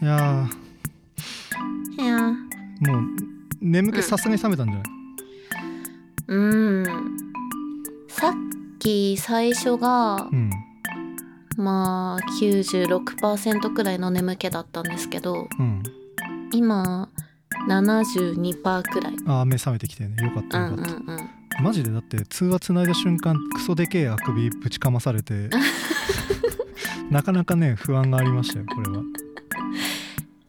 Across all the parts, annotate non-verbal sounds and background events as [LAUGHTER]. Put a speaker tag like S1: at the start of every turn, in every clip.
S1: いや
S2: いや
S1: ーもう眠気さすがに冷めたんじゃない、
S2: うんさっき最初が
S1: うん、
S2: まあ96%くらいの眠気だったんですけど
S1: うん。
S2: 今72%くらい
S1: ああ、目覚めてきてね。よかっ
S2: う
S1: たよ
S2: ん
S1: か
S2: う
S1: っ
S2: ん
S1: た。
S2: うん
S1: マジでだって通話繋いだ瞬間、クソでけえあくびぶちかまされ
S2: [LAUGHS]
S1: て、なかなかね、不安がありましたよ、これは。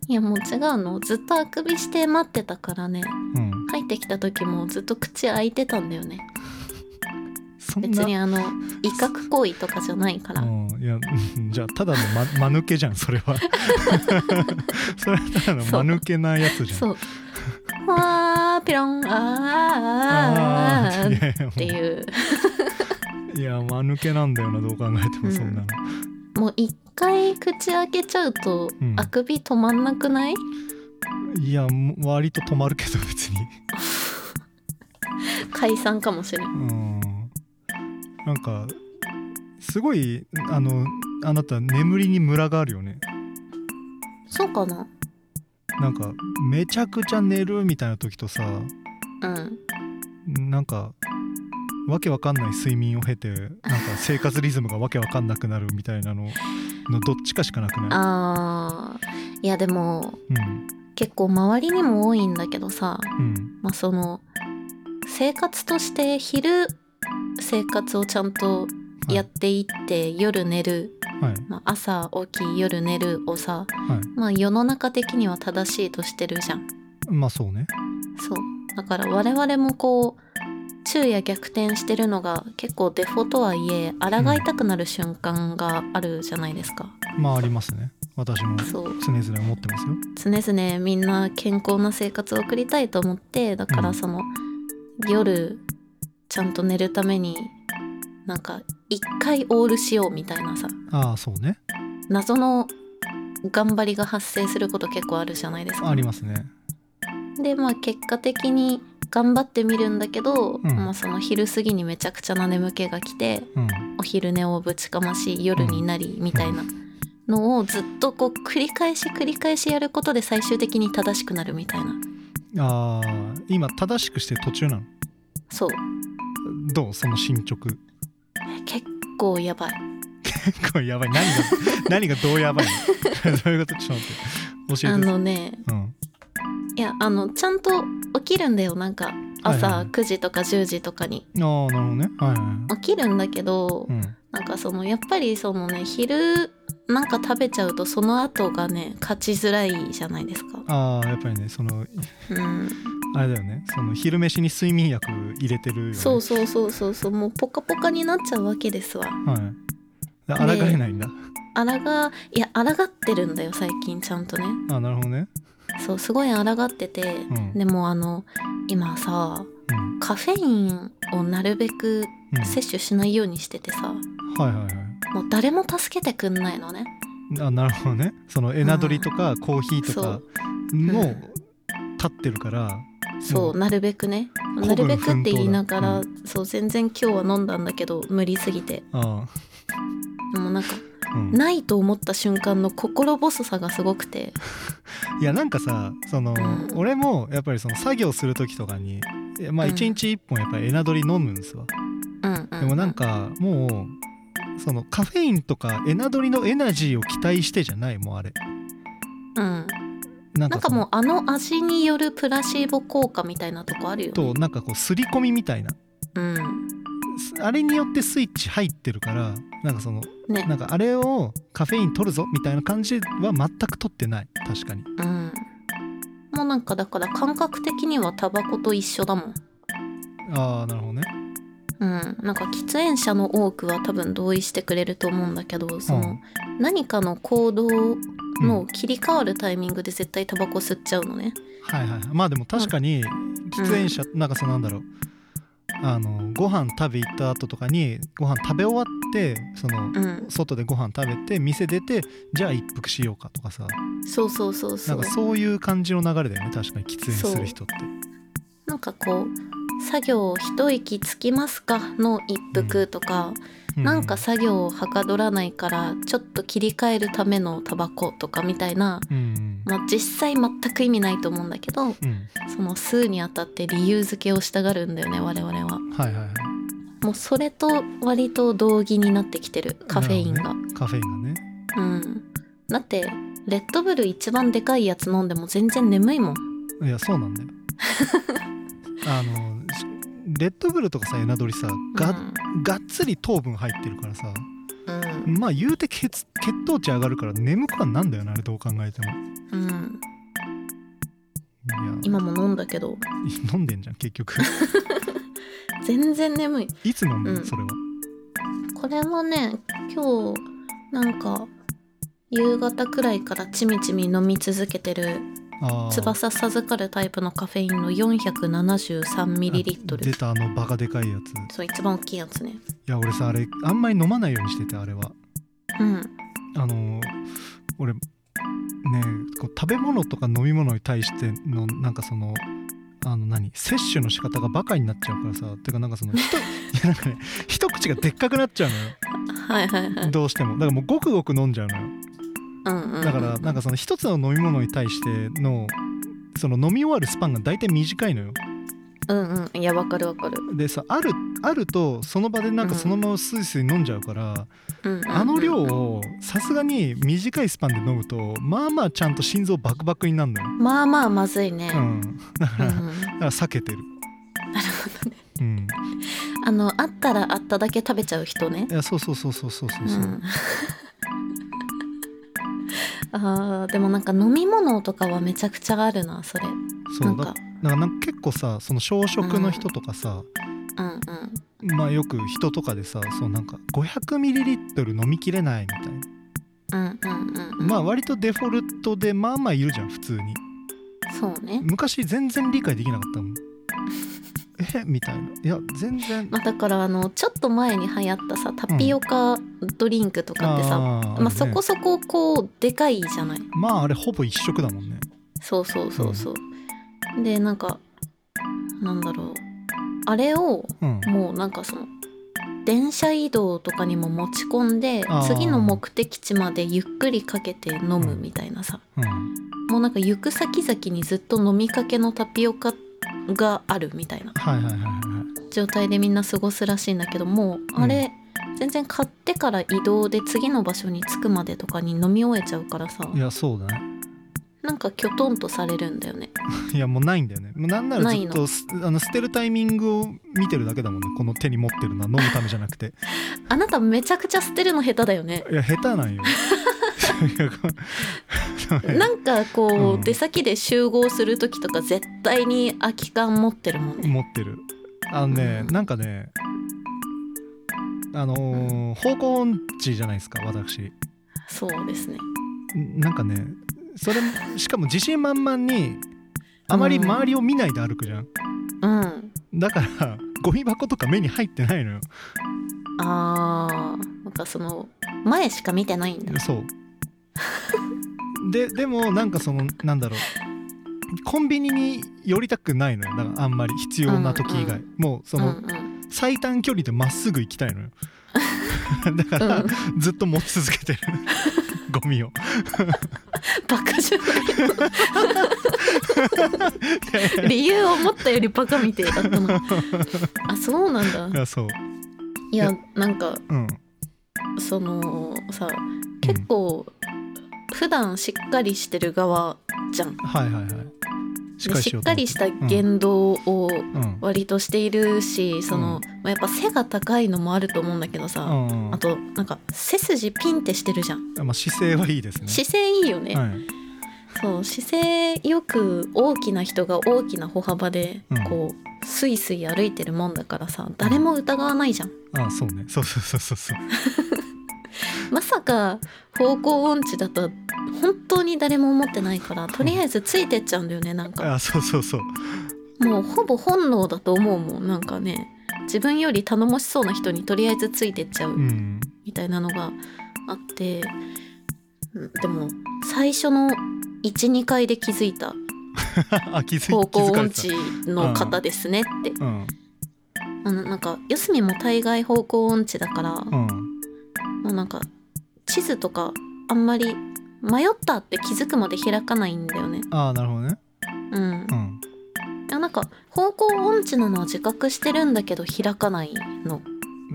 S2: いやもう違うのずっとあくびして待ってたからね
S1: うん。
S2: 入ってきた時もずっと口開いてたんだよね
S1: そん
S2: 別
S1: な。
S2: にあの威嚇行為とかじゃないから
S1: うん、いや、うんじゃあ、ただのま、間抜けじゃん、それ
S2: [LAUGHS]
S1: は。それはただの間抜けなやつじゃん。
S2: そうわーピロンあ
S1: ああ、
S2: ーあーあ
S1: い
S2: ー
S1: やいや、も
S2: っていう
S1: ういや、間抜けなんだよな、どう考えても、そんなの。
S2: もう一回口開けちゃうと、
S1: うん
S2: あくび止まんなくない
S1: いや、もう割と止まるけど、別に。
S2: 解散かもしれん
S1: うんなんかすごいあのあなた眠りにムラがあるよね
S2: そうかな
S1: なんかめちゃくちゃ寝るみたいな時とさ
S2: うん
S1: なんかわけわかんない睡眠を経てなんか生活リズムがわけわかんなくなるみたいなののどっちかしかなくない
S2: あーいやでも
S1: うん
S2: 結構周りにも多いんだけどさ、
S1: うん
S2: まあ、その生活として昼生活をちゃんとやっていって、夜寝る、
S1: はい
S2: まあ、朝起き夜寝るを
S1: は
S2: さ、まあ、世の中的には正しいとしてるじゃん
S1: いまあそうね
S2: そうだから我々もこう昼夜逆転してるのが結構デフォとはいえ抗いたくなる瞬間があるじゃないですか、
S1: まあありますね私も
S2: そう
S1: 常々思ってますよ
S2: 常々みんな健康な生活を送りたいと思ってだか
S1: う
S2: ら
S1: ん
S2: その、夜ちゃんと寝るためになんか一回オールしようみたいなさ
S1: ああそうね
S2: 謎の頑張りが発生すること結構あるじゃないですか
S1: ありますね
S2: でまあ結果的に頑張ってみるんだけど、
S1: ん
S2: まあ、その昼過ぎにめちゃくちゃな眠気が来て
S1: うん
S2: お昼寝をぶちかまし夜になりみたいなのをずっとこう繰り返し繰り返しやることで最終的に正しくなるみたいな
S1: ああ今正しくしてる途中なの
S2: そう
S1: どうその進捗
S2: 結構やばい
S1: 結構やばい何が何がどうやばいの [LAUGHS] どういうことちょっと待って教
S2: あ
S1: えて
S2: のね
S1: うん
S2: いやあのちゃんと起きるんだよなんか
S1: はいはいは
S2: 朝
S1: い
S2: 9時とか10時とかに
S1: ああなるほどねはいはいは
S2: 起きるんだけど
S1: いうん
S2: なんかそのやっぱりそのね昼なんか食べちゃうとその後がね勝ちづらいじゃないですか
S1: ああやっぱりねその
S2: うん
S1: あれだよねその昼飯に睡眠薬入れてるよ、ね、
S2: そうそうそうそうそうもうポカポカになっちゃうわけですわ
S1: はいで抗えないんだ、
S2: あらがいやあらがってるんだよ最近ちゃんとね
S1: ああなるほどね
S2: そうすごいあらがってて、
S1: ん
S2: でもあの今さ
S1: うん
S2: カフェインをなるべく
S1: うん
S2: 摂取しないようにしててさ、
S1: はいはいはい
S2: もう誰も助けてくんないのね
S1: あなるほどねそのエナドリとかコーヒーとかも
S2: う
S1: う立ってるから
S2: そう、
S1: うん
S2: なるべくね
S1: 分
S2: なるべくって言いながら、
S1: 奮
S2: そう全然今日は飲んだんだけど無理すぎて
S1: あ
S2: でもなんか
S1: あうん
S2: ないと思った瞬間の心細さがすごくて
S1: いやなんかさその、
S2: うん
S1: 俺もやっぱりその作業する時とかにいやまあ
S2: うん
S1: 一日一本やっぱりエナドリ飲むんですわ、
S2: うんうん、うん、
S1: でもなんかもうそのカフェインとかエナドリのエナジーを期待してじゃないもうあれ
S2: うん
S1: なん
S2: なん
S1: か
S2: か
S1: そ
S2: もうあの味によるプラシーボ効果みたいなとこあるよね。
S1: となんかこう刷り込みみたいな
S2: うん。
S1: すあれによってスイッチ入ってるからなんかその
S2: ね。
S1: なんかあれをカフェイン取るぞみたいな感じは全く取ってない確かに
S2: うん。もうなんかだから感覚的にはタバコと一緒だもん。
S1: ああなるほどね
S2: うん。なんか喫煙者の多くは多分同意してくれると思うんだけど、その何かの行動
S1: うん
S2: の切り替わるタイミングで絶対タバコ吸っちゃうのね。
S1: はいはいはいまあでも確かに喫煙者、なんかそのなんだろうあのご飯食べ行った後とかにご飯食べ終わってその
S2: うん。
S1: 外でご飯食べて店出てじゃあ一服しようかとかさ
S2: そうそうそう
S1: な
S2: そ
S1: ん
S2: う
S1: か。そういう感じの流れだよね確かに喫煙する人って
S2: なんかこう、作業一息つきますかの一服とか、
S1: う
S2: なんか作業をはかどらないからちょっと切り替えるためのタバコとかみたいな
S1: うん
S2: まあ、実際全く意味ないと思うんだけど
S1: うん
S2: その数にあたって理由付けをしたがるんだよね我々は
S1: はいはいはい
S2: もうそれと割と同義になってきてるカフェイン
S1: な
S2: が、
S1: るほどねカフェインがね
S2: うんだってレッドブル一番でかいやつ飲んでも全然眠いもん
S1: いやそうなん
S2: [LAUGHS]
S1: だよあのレッドブルとかさエナドリさが,、がっつり糖分入ってるからさ
S2: うん
S1: まあ言うて血血糖値上がるから眠くはなんだよなあれどう考えても
S2: うんうん、
S1: いや
S2: 今も飲んだけど
S1: 飲んでんじゃん結局
S2: 全然眠い
S1: いつ飲んでんの
S2: うん
S1: それは
S2: これはね今日なんか夕方くらいからちみちみ飲み続けてる
S1: あー
S2: 翼授かるタイプのカフェインの 473ml
S1: 出たあのバカでかいやつい
S2: そう一番大きいやつね
S1: や俺さあれあんまり飲まないようにしててあれは
S2: うん
S1: あの俺ねこう食べ物とか飲み物に対してのなんかそのあの何摂取の仕方がバカになっちゃうからさてかなんかその一 [LAUGHS] いやなんかね一口がでっかくなっちゃうの
S2: はいはいはい
S1: よどうしてもだからもうごくごく飲んじゃうのよ
S2: うんうんうん
S1: だからなんかその一つの飲み物に対してのその飲み終わるスパンが大体短いのよ
S2: うんうんいやわかるわかる、
S1: でさあるあるとその場でなんか
S2: うん
S1: そのままスイスイ飲んじゃうから、
S2: うんうんうん
S1: あの量をさすがに短いスパンで飲むとまあまあちゃんと心臓バクバクになるのよ、
S2: まあまあまずいね、
S1: うん、だか
S2: うん
S1: ら,、だ
S2: う
S1: か
S2: ん
S1: ら避けてる
S2: なるほどね
S1: うん
S2: あのあったらあっただけ食べちゃう人ね
S1: いやそうそうそうそうそうそう
S2: う
S1: そうん
S2: [LAUGHS] あーでもなんか飲み物とかはめちゃくちゃあるなそれ
S1: そ
S2: な
S1: うんだだ
S2: か
S1: からなんか結構さその小食の人とかさ、
S2: うんうん
S1: まあよく人とかでさそうなんか 500ml 飲みきれないみたいな
S2: うんうんうん
S1: まあ割とデフォルトでまあまあいるじゃん普通に
S2: そうね
S1: 昔全然理解できなかったもん [LAUGHS] えみたいないや全然
S2: まあ、だからあのちょっと前に流行ったさタピオカドリンクとかってさ、
S1: あーある
S2: ま
S1: ね
S2: あ、そこそここうでかいじゃない
S1: まああれほぼ一色だもんね
S2: そうそうそうそう、でなんかなんだろうあれを
S1: うん
S2: もうなんかその電車移動とかにも持ち込んで
S1: あー
S2: 次の目的地までゆっくりかけて飲むみたいなさ、
S1: うん
S2: もうなんか行く先々にずっと飲みかけのタピオカがあるみたいな
S1: はいはいはいはい
S2: 状態でみんな過ごすらしいんだけどもうあれ、全然買ってから移動で次の場所に着くまでとかに飲み終えちゃうからさ
S1: はいいやそうだね
S2: なんかきょとんとされるんだよね
S1: いやもうないんだよねもうなんなら
S2: な
S1: ず
S2: い
S1: っ
S2: の
S1: とすあの捨てるタイミングを見てるだけだもんねこの手に持ってるのは飲むためじゃなくて
S2: あなためちゃくちゃ捨てるの下手だよね
S1: いや下手
S2: [LAUGHS]
S1: なんよ [LAUGHS] いやこれ
S2: なんかこ
S1: う
S2: う、
S1: ん
S2: 出先で集合する時とか絶対に空き缶持ってるもんね
S1: 持ってるあのね、
S2: うん
S1: なんかねあのー方向音痴じゃないですか私
S2: そうですね
S1: んなんかねそれもしかも自信満々にあまり周りを見ないで歩くじゃん、
S2: うん
S1: だからゴミ箱とか目に入ってないのよ
S2: あーなんかその前しか見てないんだ
S1: そう
S2: [LAUGHS]
S1: ででもなんかそのなんだろうコンビニに寄りたくないのよだからあんまり必要な時以外、
S2: う
S1: もうそ
S2: うんう
S1: の
S2: ん
S1: 最短距離でまっすぐ行きたいの
S2: [LAUGHS]
S1: よだか
S2: う
S1: ら、
S2: ん
S1: ずっと持ち続けてる [LAUGHS] ゴミを
S2: バカじゃない
S1: いやいやい
S2: 理由を思ったよりバカみてえだった [LAUGHS] なあそうなんだ
S1: や [LAUGHS] そう
S2: いやなんか
S1: うん
S2: そのさ結構普段しっかりしてる側じゃん。
S1: はいはいはいしっか
S2: で
S1: りし
S2: し
S1: よ
S2: っ
S1: うと
S2: か
S1: 思
S2: り
S1: て
S2: した言動を
S1: うん
S2: 割としているし、その
S1: うん
S2: まあやっぱ背が高いのもあると思うんだけどさ、
S1: うん
S2: あとなんか背筋ピンってしてるじゃん。
S1: まあ、姿勢はいいですね。
S2: 姿勢いいよね、
S1: はい、
S2: そう姿勢よく大きな人が大きな歩幅で
S1: うん
S2: こう、スイスイ歩いてるもんだからさ誰も疑わないじゃん
S1: あそうね。そうそうそうそうそう。
S2: まさか方向音痴だとは本当に誰も思ってないからとりあえずついてっちゃうんだよねなんか
S1: あそうそうそう。
S2: もうほぼ本能だと思うもんなんかね自分より頼もしそうな人にとりあえずついてっちゃ
S1: う。
S2: うんみたいなのがあってうんでも最初の12回で気づいた
S1: [LAUGHS] あ気づ
S2: 方
S1: い気
S2: 向
S1: づかれ
S2: 音
S1: て
S2: 痴の方ですねって
S1: た。うん
S2: あのなんか四隅も大概方向音痴だから
S1: うん
S2: もうなんか地図とかあんまり迷ったって気づくまで開かないんだよね
S1: ああなるほどね
S2: うん
S1: うん
S2: いやなんか方向音痴なのは自覚してるんだけど開かないの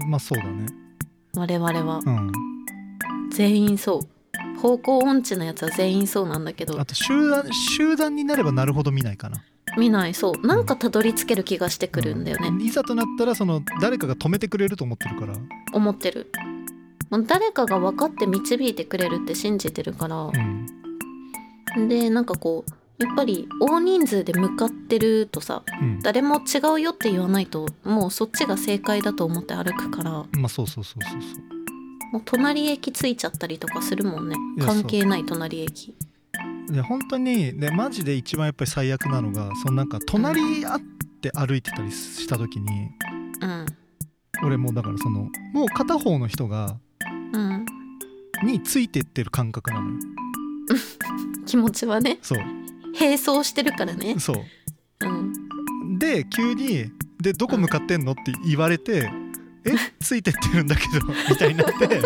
S1: まあそうだね
S2: 我々は
S1: うん
S2: 全員そう方向音痴なやつは全員そうなんだけど
S1: あと集団集団になればなるほど見ないかな
S2: 見ないそうなんかたどり着ける気がしてくるんだよね、
S1: ういざとなったらその誰かが止めてくれると思ってるから
S2: 思ってるもう誰かが分かって導いてくれるって信じてるから
S1: う、ん
S2: でなんかこうやっぱり大人数で向かってるとさ
S1: うん
S2: 誰も違うよって言わないともうそっちが正解だと思って歩くから
S1: まあそうそうそうそうそう
S2: もう隣駅ついちゃったりとかするもんね
S1: いや
S2: 関係ない隣駅
S1: で本当にでマジで一番やっぱり最悪なのがそのなんか隣あって歩いてたりした時に
S2: うん
S1: 俺もうだからそのもう片方の人が
S2: うん
S1: についてってる感覚なのよ
S2: 気持ちはね
S1: そ
S2: 並走してるからね
S1: うそう
S2: うん
S1: で急に「でどこ向かってんの?」って言われて「えついてってるんだけど」 [LAUGHS] みたいになって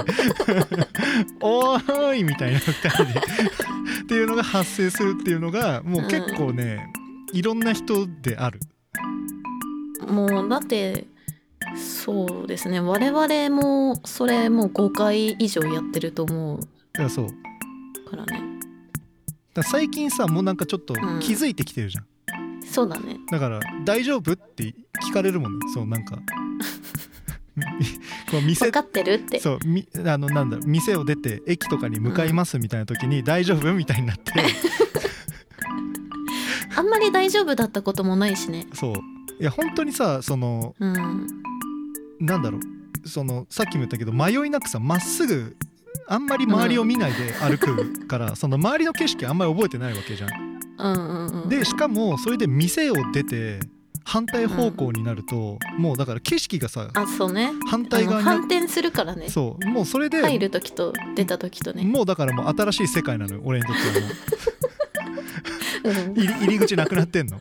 S1: 「おーい」みたいな2人で [LAUGHS] っていうのが発生するっていうのがもう結構ね、いろんな人である
S2: もうだってそうですね我々もそれもう5回以上やってると思う
S1: いやそう
S2: からね
S1: だから最近さもうなんかちょっと
S2: ん
S1: 気づいてきてるじゃん、
S2: そうだね
S1: だから「大丈夫?」って聞かれるもんねそうなんか [LAUGHS] こう店
S2: 分かってるって
S1: そうみあのなんだろう店を出て駅とかに向かいますみたいな時に「大丈夫?」みたいになって
S2: あんまり大丈夫だったこともないしね
S1: そういや本当にさその
S2: うん
S1: なんだろうそのさっきも言ったけど迷いなくさまっすぐあんまり周りを見ないで歩くから、その周りの景色あんまり覚えてないわけじゃん。
S2: うんうんうん
S1: でしかもそれで店を出て反対方向になると、もうだから景色がさ
S2: あそうね
S1: 反
S2: あ
S1: 対
S2: の
S1: 側にな
S2: 反転するからね
S1: そうもうそれで
S2: 入る時と出た時とね、
S1: もうだからもう新しい世界なのよ俺にとって
S2: [LAUGHS]
S1: はもう
S2: うん、
S1: 入り入り口なくなってんの。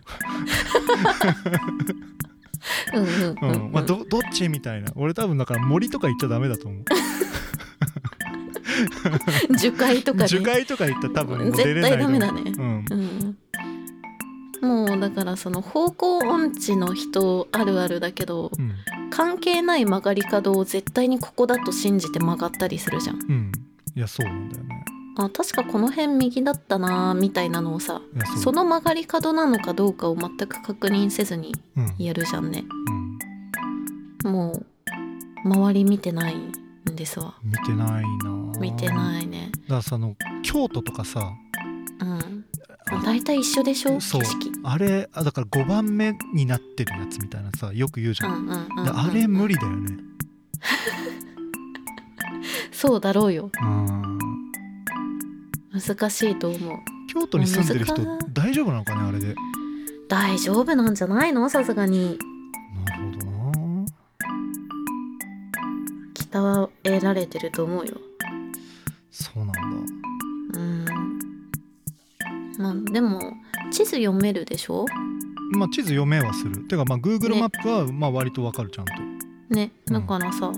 S2: うんうん
S1: う
S2: うん
S1: んまあ、どどっちみたいな俺多分だから森とか行っちゃダメだと思う
S2: [LAUGHS] 樹海とかね
S1: 樹海とか行ったら多分もう出れ
S2: 絶
S1: ない
S2: 対
S1: と
S2: ダ
S1: 思う
S2: メだね
S1: うん
S2: うんもうだからその方向音痴の人あるあるだけど
S1: うん
S2: 関係ない曲がり角を絶対にここだと信じて曲がったりするじゃん
S1: うんいやそうなんだよね
S2: あ確かこの辺右だったなーみたいなのをさ
S1: いやそう
S2: その曲がり角なのかどうかを全く確認せずに
S1: うん
S2: やるじゃんね
S1: うん、
S2: もう周り見てないんですわ
S1: 見てないな
S2: 見て
S1: いだか
S2: ないね
S1: らその京都とかさ
S2: うんあ大体一緒でしょ景
S1: そう
S2: 色
S1: あれあだから5番目になってるやつみたいなさよく言うじ
S2: う
S1: ゃ
S2: ん
S1: ん、
S2: うんうんうん、
S1: であれ無理だよね
S2: そうだろうよ
S1: うん
S2: 難しいと思う
S1: 京都に住んでる人
S2: 難しい
S1: 大丈夫なのかねあれで
S2: 大丈夫なんじゃないのさすがに
S1: なるほどな
S2: 鍛えられてると思うよ
S1: そうなんだ
S2: うんまあでも地図読めるでしょ
S1: まあ地図読めはするてかまあ Google
S2: ね
S1: マップはまあ割とわかるちゃんと、
S2: ね
S1: うん
S2: だからさ、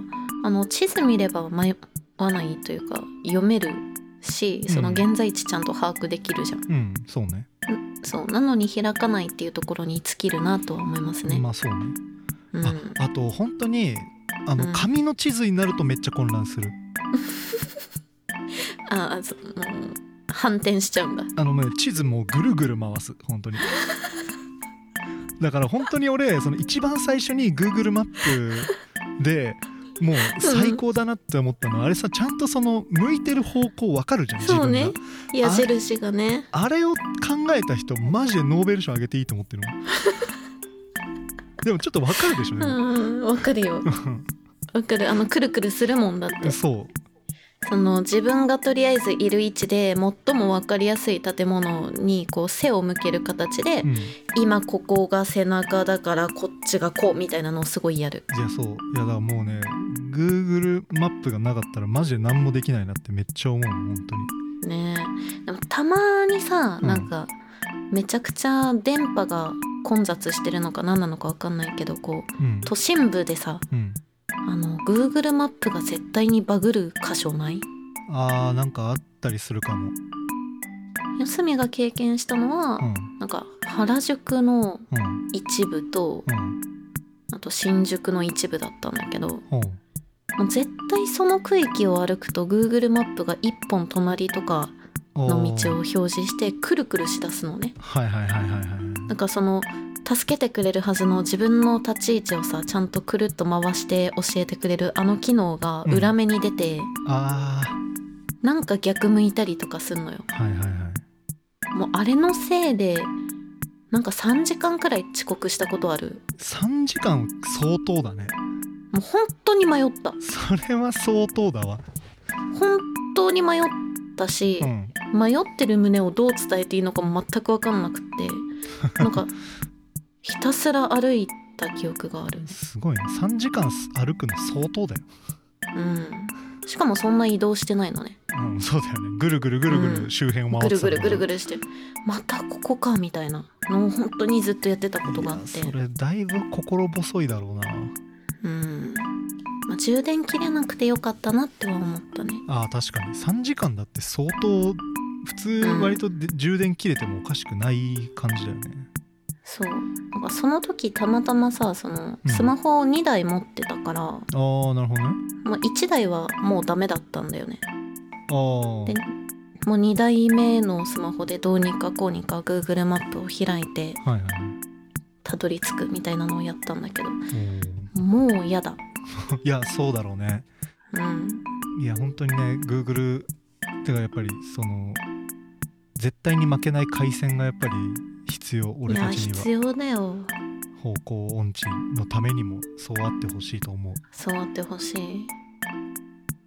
S2: あの地図見れば迷わないというか読めるしその
S1: うん
S2: 現在地ちゃんと把握できるじゃん、
S1: うんそうね
S2: そうなのに開かないっていうところに尽きるなとは思いますね、
S1: まあそうね、
S2: うん、
S1: ああと本当にあ
S2: う
S1: の
S2: ん
S1: 紙の地図になるとめっちゃ混乱する、
S2: ああそうん反転しちゃうんだ
S1: あのね地図もうぐるぐる回す本当にだから本当に俺その一番最初に Google マップでもう最高だなって思ったのは、あれさちゃんとその向いてる方向わかるじゃん自分
S2: そ
S1: が
S2: うね矢
S1: あ
S2: 印がね
S1: あれを考えた人マジでノーベル賞あげていいと思ってるもんでもちょっとわかるでしょ
S2: う
S1: でも
S2: んわかるよわかるあのくるくるするもんだっ
S1: [LAUGHS]
S2: て
S1: そう
S2: その自分がとりあえずいる位置で最も分かりやすい建物にこう背を向ける形で、
S1: うん
S2: 今ここが背中だからこっちがこうみたいなのをすごいやる
S1: いやそういやだからもうね Google マップがなかったらマジで何もできないなってめっちゃ思う本当に
S2: ねえでもたまにさ
S1: うん
S2: なんかめちゃくちゃ電波が混雑してるのか何なのか分かんないけどこう
S1: うん、
S2: 都心部でさ
S1: うん、
S2: あの Google マップが絶対にバグる箇所ない
S1: あーなんかあったりするかも
S2: 休みが経験したのは、
S1: うん
S2: なんか原宿の
S1: うん
S2: 一部と
S1: うん
S2: あと新宿の一部だったんだけども
S1: ほう
S2: う絶対その区域を歩くと Google マップが一本隣とか
S1: おー
S2: の道を表示してくるくるしだすのね
S1: はいはいはいはいはい
S2: なんかその助けてくれるはずの自分の立ち位置をさちゃんとくるっと回して教えてくれるあの機能が裏目に出て、
S1: あ
S2: なんか逆向いたりとかすんのよ
S1: ーはいはいはい
S2: もうあれのせいでなんか3時間くらい遅刻したことある
S1: 3時間相当だね
S2: もう本当に迷った
S1: それは相当だわ
S2: 本当に迷ったし
S1: う、ん
S2: 迷ってる胸をどう伝えていいのかも全く分かんな
S1: [LAUGHS]
S2: くってなんかひたすら歩いた記憶がある
S1: すごいね3時間歩くの相当だよ
S2: うんしかもそんな移動してないのね
S1: うんそうだよねぐるぐるぐるぐ
S2: うん
S1: る周辺を回
S2: ぐ
S1: ってたんだ
S2: るぐるぐるぐるしてまたここかみたいなのを本当にずっとやってたことがあっ
S1: い
S2: て
S1: やそれだいぶ心細いだろうな
S2: うん、まあ、充電切れなくてよかったなっては思ったね
S1: あー確かに3時間だって相当普通
S2: うん
S1: 割とで充電切れてもおかしくない感じだよね
S2: そうなんかその時たまたまさその
S1: うん
S2: スマホを2台持ってたから、も
S1: あーなるほどね
S2: う1台はもうダメだったんだよね
S1: あー
S2: でもう2台目のスマホでどうにかこうにか Google マップを開いて
S1: はいはい
S2: たどり着くみたいなのをやったんだけど
S1: おー
S2: もう嫌だ
S1: いやそうだろうね
S2: うん
S1: いや本当にね Google てかやっぱりその絶対に負けない回線がやっぱり必要俺
S2: いや
S1: たちに
S2: 必
S1: は
S2: 要だよ
S1: 方向音痴のためにもそうあってほしいと思う
S2: そうあってほしい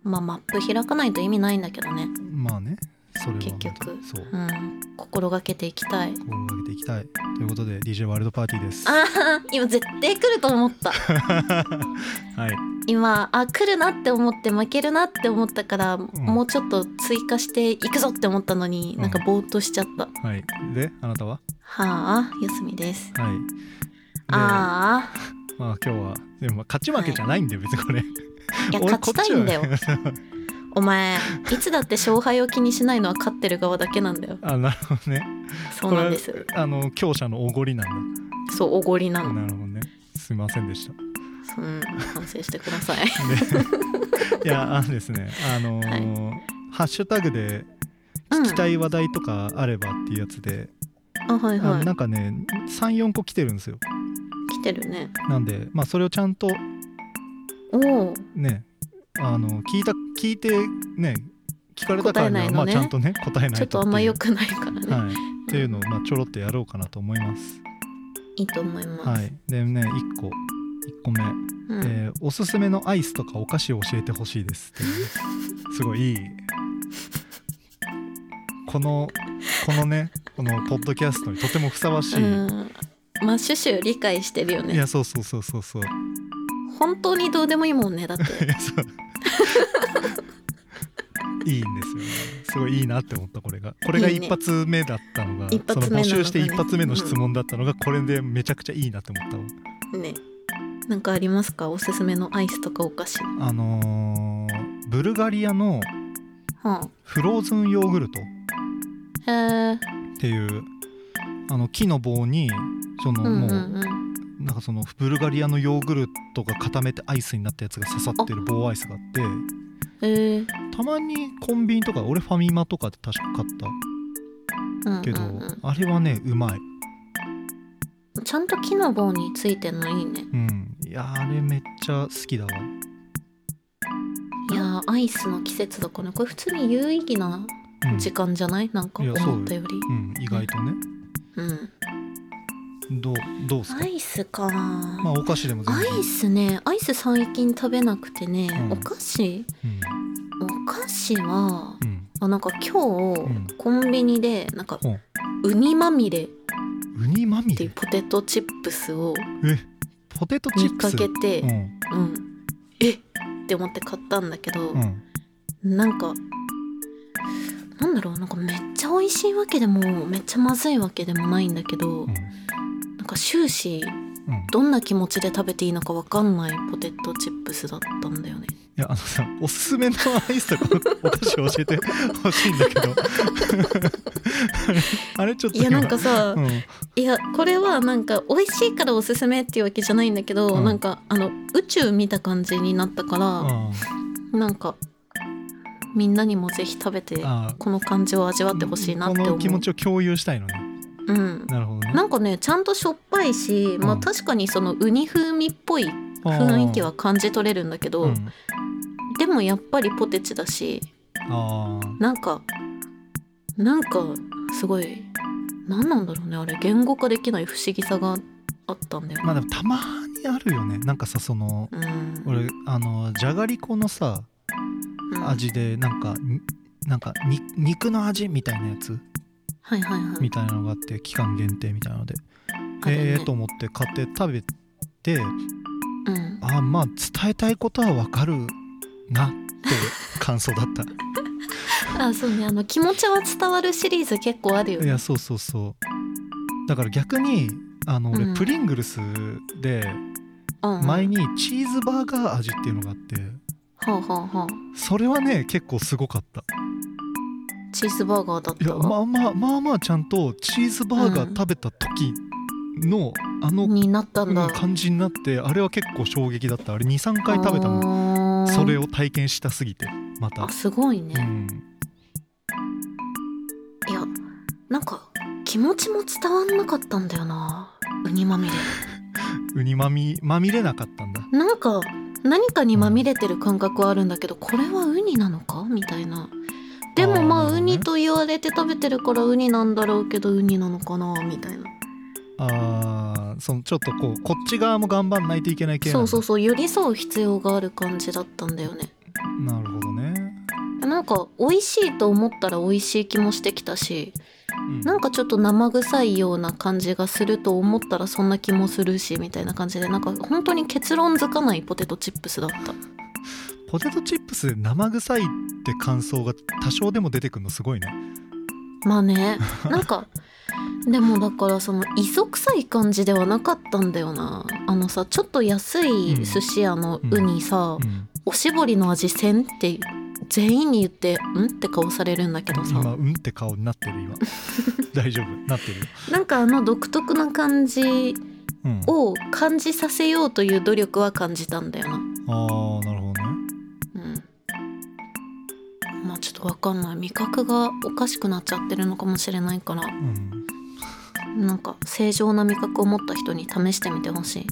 S2: まあマップ開かないと意味ないんだけどね
S1: まあねそれは
S2: 結局
S1: 本当にそう
S2: うん心がけていきたい
S1: 心がけていきたいということで DJ ワールドパーティーです
S2: ああ今絶対来ると思っ
S1: [LAUGHS]
S2: た
S1: はい
S2: 今あ来るなって思って負けるなって思ったから、もうちょっと追加していくぞって思ったのに
S1: うん
S2: なんかぼーっとしちゃった、は
S1: はいであなたは
S2: あ休みです
S1: はいで
S2: ああ
S1: まあ今日はでもまあ勝ち負けじゃないんで、別にこれ
S2: いや
S1: 俺
S2: 勝ちたいんだよ
S1: こっちは [LAUGHS]
S2: お前いつだって勝敗を気にしないのは勝ってる側だけなんだよ
S1: あなるほどね
S2: そうなんです
S1: これはあの強者のおごりなん
S2: そうおごりな
S1: だ
S2: の、
S1: なるほどねすいませんで
S2: [LAUGHS]
S1: した
S2: うん、反省してください
S1: でいやあのですねあのーハッシュタグで
S2: うん
S1: 聞きたい話題とかあればっていうやつで、
S2: あは
S1: [LAUGHS]
S2: い
S1: あの
S2: はい
S1: なんかね34個来てるんですよ
S2: 来てるね
S1: なんでまあそれをちゃんと
S2: おお
S1: ねあの聞いた聞いてね聞かれたからには、
S2: 答えないのね
S1: まあちゃんとね答えないと
S2: ちょっとあんま良
S1: く
S2: くないからね、
S1: はい、っていうのを、まあ、ちょろっとやろうかなと思います、
S2: いいと思います、
S1: はいでね1個1個目、
S2: うん
S1: えーおすすめのアイスとかお菓子を教えてほしいです」っていうねすごいいいこのこのねこのポッドキャストにとてもふさわしい、
S2: うんまあシュシュ理解してるよ
S1: い
S2: ね
S1: やそうそうそうそう [LAUGHS] そう
S2: 本当にどうでもいいもんねだって
S1: いやそういいんですよねすごいいいなって思ったこれがこれが
S2: いいね
S1: 一発目だったのが
S2: 一発
S1: そ
S2: 目
S1: の
S2: なのがね
S1: 募集して一発目の質問だったのがこれでめちゃくちゃいいなって思ったわ
S2: ねなんかありますかおすすめのアイスとかお菓子は
S1: あのーブルガリアの
S2: あ
S1: フローズンヨーグルト
S2: へえ
S1: っていうあの木の棒にその、
S2: うん
S1: も
S2: うん
S1: う
S2: うん
S1: なんかそのブルガリアのヨーグルトが固めてアイスになったやつが刺さってる棒アイスがあって
S2: へえ
S1: たまにコンビニとか俺ファミマとかで確か買った
S2: うん
S1: けど、
S2: うんうん
S1: あれはねうまい
S2: ちゃんと木の棒についてんのいいね
S1: うんいやあれめっちゃ好きだわ
S2: いやーアイスの季節だからこれ普通に有意義な
S1: うん、
S2: 時間じゃないなんか
S1: いやそう
S2: 思ったより
S1: うん、意外とね
S2: うん
S1: どうどうすか
S2: アイスか
S1: まあお菓子でも全
S2: ア
S1: 然
S2: イスねアイス最近食べなくてね、
S1: うん
S2: お菓子
S1: うん
S2: お菓子は、
S1: うん
S2: あなんか今日、
S1: うん
S2: コンビニでなんか、
S1: ほ
S2: ウニまみれっ
S1: ウニまみ
S2: ていう
S1: れ
S2: ポテトチップスを
S1: えポテトチ
S2: 見
S1: ップ
S2: か
S1: ス
S2: けて、う
S1: うんん
S2: えって思って買ったんだけど、
S1: うん
S2: なんかなんだろうなんかめっちゃ美味しいわけでもめっちゃまずいわけでもないんだけ
S1: う
S2: ど、
S1: ん
S2: なんか終始
S1: うん
S2: どんな気持ちで食べていいのかわかんないポテトチップスだったんだ
S1: [LAUGHS]
S2: よね
S1: いやあのさおすすめのアイスとかお菓子教えてほしいんだけど [LAUGHS] あれちょっと
S2: いやなんかさ、
S1: うん、
S2: いやこれはなんか美味しいからおすすめっていうわけじゃないんだけど、
S1: うん
S2: なんかあの宇宙見た感じになったから、
S1: あ
S2: なんかみんなにもぜひ食べて
S1: あ
S2: この感じを味わってほしいなって
S1: こ
S2: 思
S1: の気持
S2: う。
S1: ちを共有したいのね
S2: うん
S1: なるほどね
S2: なんかねちゃんとしょっぱいし、まあ
S1: うん
S2: 確かにそのウニ風味っぽい
S1: あー
S2: 雰囲気は感じ取れるんだけど、
S1: うん
S2: でもやっぱりポテチだし
S1: あー
S2: なんかなんかすごい何なんだろうねあれ言語化できない不思議さがあったんだよ
S1: まあ
S2: ね。
S1: でもたまにあるよねなんかさその
S2: うん
S1: 俺あのじゃがりこのさ
S2: うん
S1: 味でなんかになんかに肉の味みたいなやつ
S2: はいはいは
S1: み
S2: い。
S1: たいなのがあって期間限定みたいなので、
S2: あるね
S1: ええと思って買って食べて
S2: うん、
S1: あまあ伝えたいことはわかるなって感想だ
S2: [LAUGHS]
S1: った
S2: あそうねあの気持ちは伝わるシリーズ結構あるよ
S1: い
S2: ね。
S1: やそうそうそうだから逆にあの俺、
S2: うん
S1: プリングルスで
S2: うん、
S1: 前にチーズバーガー味っていうのがあって
S2: はあ、はあはあ、
S1: それはね結構すごかった
S2: チーズバーガーだっ
S1: い
S2: た
S1: やまあまあまあまあちゃんとチーズバーガー食べた時の、あの
S2: になったんだ。
S1: うん感じになってあれは結構衝撃だったあれ23回食べたもん
S2: も
S1: それ
S2: を
S1: を体験したすぎてまた
S2: あすごいね。
S1: うん
S2: いやなんか気持ちも伝わんなかったんだよなウニまみれ
S1: ウニまみまみれなかったんだ
S2: なんか何かにまみれてる感覚はあるんだけどこれはウニなのかみたいなでも
S1: あ
S2: まあ
S1: ーなるほどね
S2: ウニと言われて食べてるからウニなんだろうけどウニなのかなみたいな
S1: あーそのちょっとこうこっち側も頑張んないといけない系な
S2: そ
S1: ん
S2: う
S1: だ
S2: そうそう寄り添う必要がある感じだったんだよね
S1: なるほどね、
S2: なんか美味しいと思ったら美味しい気もしてきたし
S1: うん
S2: なんかちょっと生臭いような感じがすると思ったらそんな気もするしみたいな感じでなんか本当に結論づかないポテトチップスだった
S1: ポテトチップスで生臭いって感想が多少でも出てくるのすごいね
S2: まあね [LAUGHS] なんかでもだからその磯臭い感じではなかったんだよなあのさちょっと安い寿司屋のウニさ、
S1: うん
S2: おしぼりの味せんって全員に言って「ん?」って顔されるんだけど
S1: 今
S2: さ
S1: うんって顔になって
S2: [LAUGHS]
S1: る今大丈夫なってるよ
S2: なんかあの独特な感じ
S1: うん
S2: を感じさせようという努力は感じたんだよな
S1: ああなるほどね
S2: うんまあちょっとわかんない味覚がおかしくなっちゃってるのかもしれないから
S1: うん
S2: なんか正常な味覚を持った人に試してみてほしい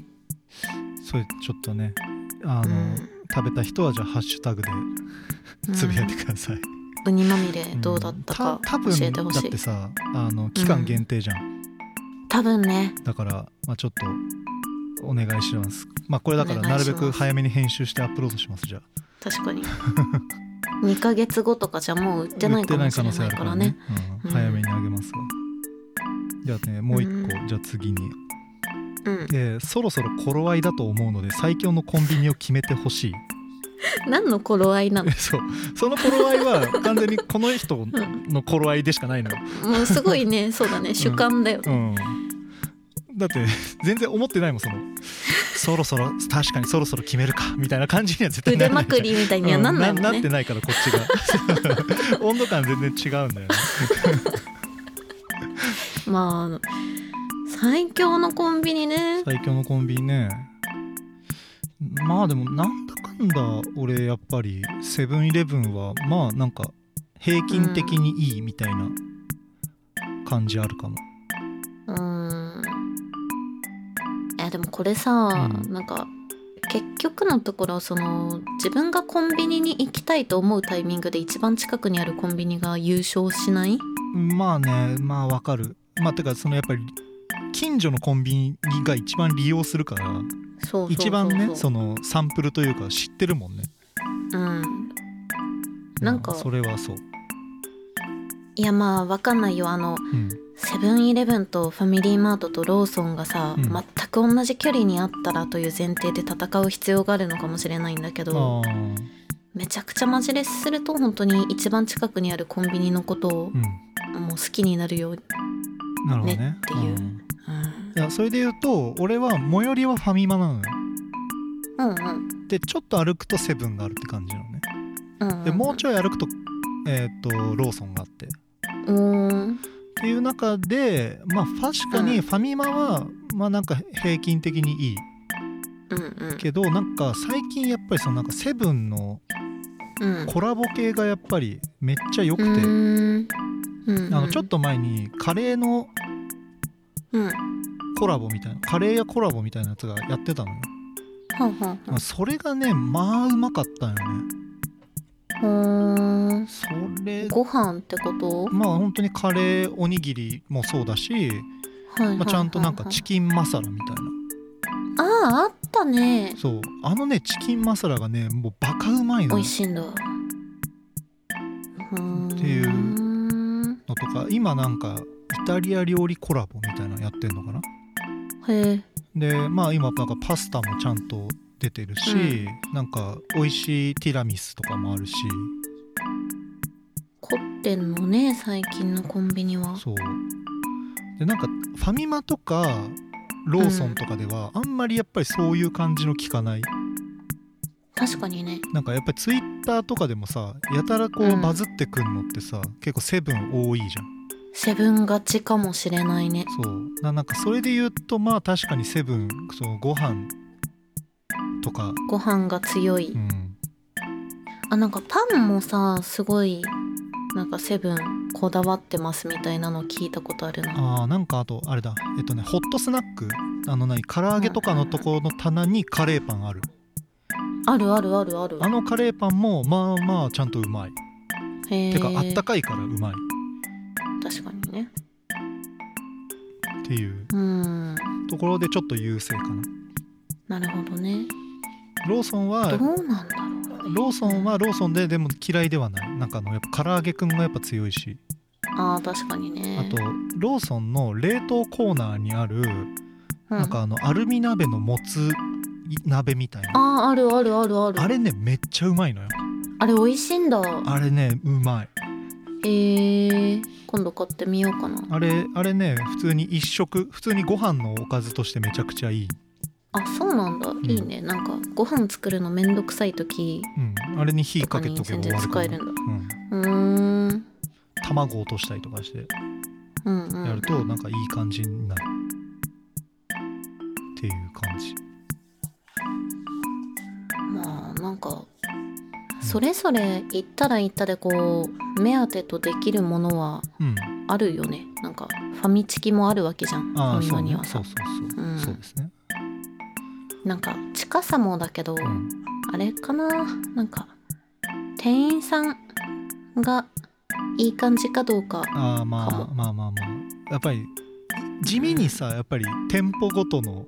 S1: それちょっとねあ
S2: う
S1: の、
S2: ん
S1: 食べた人はじゃあハッシュタグでつぶやいてください、
S2: うんウニまみれどうだった
S1: う
S2: か
S1: んた多
S2: 教
S1: 分
S2: えてほ
S1: だっ
S2: しい
S1: てさあの期間限定じゃん、
S2: 多分ね
S1: だから、まあ、ちょっとお願いします。まあ、これだから
S2: お願
S1: ない
S2: しま
S1: る
S2: す
S1: べく早めに編集してアップロードしますじゃあ。
S2: 確
S1: [LAUGHS]
S2: かに2ヶ月後とかじゃもう売ってないかもしれな
S1: 売ってない可能性あ
S2: いからね
S1: るからねうん
S2: うん
S1: 早めにあげますわ。じゃあねもう一個、
S2: う
S1: じゃあ次に、
S2: うん
S1: えーそろそろ頃合いだと思うので最強のコンビニを決めてほしい
S2: 何の頃合いなの
S1: え [LAUGHS] そうその頃合いは完全にこの
S2: [LAUGHS]
S1: 人
S2: ん
S1: の頃合いでしかないのよ、
S2: もうすご
S1: [LAUGHS]
S2: いねそうだね主観だよ
S1: う
S2: ね、
S1: ん、だって全然思ってないもん
S2: [LAUGHS]
S1: そのそろそろ確かにそろそろ決めるかみたいな感じには絶対な
S2: 腕
S1: らない
S2: ま
S1: じゃん
S2: くりみたいにはなんないもん
S1: う
S2: ね
S1: ってないからこっちが [LAUGHS] 温度感全然違うんだよね
S2: まああの最強のコンビニね
S1: 最強のコンビニねまあでもなんだかんだ俺やっぱりセブンイレブンはまあなんか平均的にいいみたいな感じあるかも、
S2: うーんえでもこれさ、
S1: うん
S2: なんか結局のところその自分がコンビニに行きたいと思うタイミングで一番近くにあるコンビニが優勝しない
S1: まあねまあわかるまあてかそのやっぱり近所のコンビニが一番利用するから
S2: そうそうそうそう
S1: 一番ねそのサンプルというか知ってるもんね
S2: うんなんか
S1: まあそれはそう、
S2: いやまあわかんないよあの
S1: うん、
S2: セブンイレブンとファミリーマートとローソンがさ、
S1: うん
S2: 全く同じ距離にあったらという前提で戦う必要があるのかもしれないんだけど
S1: あー
S2: めちゃくちゃマジレスすると本当に一番近くにあるコンビニのことを
S1: うん
S2: もう好きになるよう
S1: なるほどね
S2: ねっていううん
S1: いやそれで言うと俺は最寄りはファミマなのよ
S2: うんうん
S1: でちょっと歩くとセブンがあるって感じなのね
S2: うん
S1: でもうち
S2: ょい
S1: ょい歩くとえっ、とローソンがあって
S2: うーん
S1: っていう中でまあ確かにファミマはまあなんか平均的にいい
S2: うんうん
S1: けどなんか最近やっぱりそのなんかセブンの
S2: うん
S1: コラボ系がやっぱりめっちゃ良
S2: う
S1: くて、
S2: ーんうん
S1: あのちょっと前にカレーの
S2: うんは
S1: コラボみたいなカレーやコラボみたいなやつがやってたのよ、
S2: あはあ
S1: まあ、それがねまあうまかったよね
S2: はあうーん
S1: それ
S2: ご飯ってこと
S1: まあ本当にカレーおにぎりもそうだし、
S2: はいはいはい
S1: まあ、
S2: はい
S1: ちゃんとなんかチキンマサラみたいな
S2: あああったね
S1: そうあのねチキンマサラがねもうバカうまいのよ
S2: 美味しいんだうーん
S1: っていうのとか今なんかイタリア料理コラボみたいなのやってんのかな
S2: へえ
S1: でまあ今なんかパスタもちゃんと出てるし、
S2: う
S1: なんか美味しいティラミスとかもあるし
S2: 凝ってんのね最近のコンビニは
S1: そうでなんかファミマとかローソンとかではあんまりやっぱりそういう感じの聞かない、
S2: 確かにね
S1: なんかやっぱりツイッターとかでもさやたらこ
S2: う
S1: うんバズってくんのってさ、結構セブン多いじゃん
S2: セブン勝ちかもしれないね
S1: そうななんかそれで言うとまあ確かにセブンそのご飯とか
S2: ご飯が強い、
S1: うん
S2: あなんかパンもさすごいなんかセブンこだわってますみたいなの聞いたことあるな
S1: あーなんかあとあれだえっとねホットスナックあの何唐揚げとかのところの棚にカレーパンある
S2: あるあるあるある
S1: あのカレーパンもまあまあちゃんとうまい
S2: へえ
S1: てかあったかいからうまい
S2: 確かにね
S1: っていう
S2: うん
S1: ところでちょっと優勢かな
S2: なるほどね
S1: ローソン
S2: ど
S1: は
S2: うなんだろうね
S1: ローソンはローソンででも嫌いではないなんかあのやっぱ唐揚げくんがやっぱ強いし
S2: あー確かにね
S1: あとローソンの冷凍コーナーにある
S2: うん
S1: なんかあのアルミ鍋のもつ鍋みたいな
S2: あーあるあるあるある
S1: あれねめっちゃうまいのよ
S2: あれ美味しいんだ
S1: あれねうまい
S2: へえ今度買ってみようかな
S1: あれあれね普通に一食普通にご飯のおかずとしてめちゃくちゃいい、
S2: あそうなんだいいねなんかご飯作るのめんどくさい時
S1: うん、あれに火
S2: とか
S1: かけ
S2: に
S1: とけば
S2: 全
S1: 終
S2: 然
S1: わる
S2: 使
S1: か
S2: え
S1: ら
S2: るんだ
S1: うん、
S2: うーんうん
S1: 卵落としたりとかして
S2: うん
S1: やるとなんかいい感じになるっていう感じ
S2: まあなんかそれぞれ行ったら行ったでこう目当てとできるものは
S1: うん
S2: あるよねなんかファミチキもあるわけじゃんフ
S1: あ
S2: ァ
S1: あ
S2: ミ
S1: そ
S2: マ
S1: う
S2: に
S1: ね
S2: は
S1: そ
S2: さ
S1: うそうそう、
S2: うん
S1: そうですね
S2: なんか近さもだけど、
S1: うん
S2: あれかななんか店員さんがいい感じかどうか
S1: ああまあ
S2: かも
S1: まあまあまあやっぱり地味にさやっぱり店舗ごとの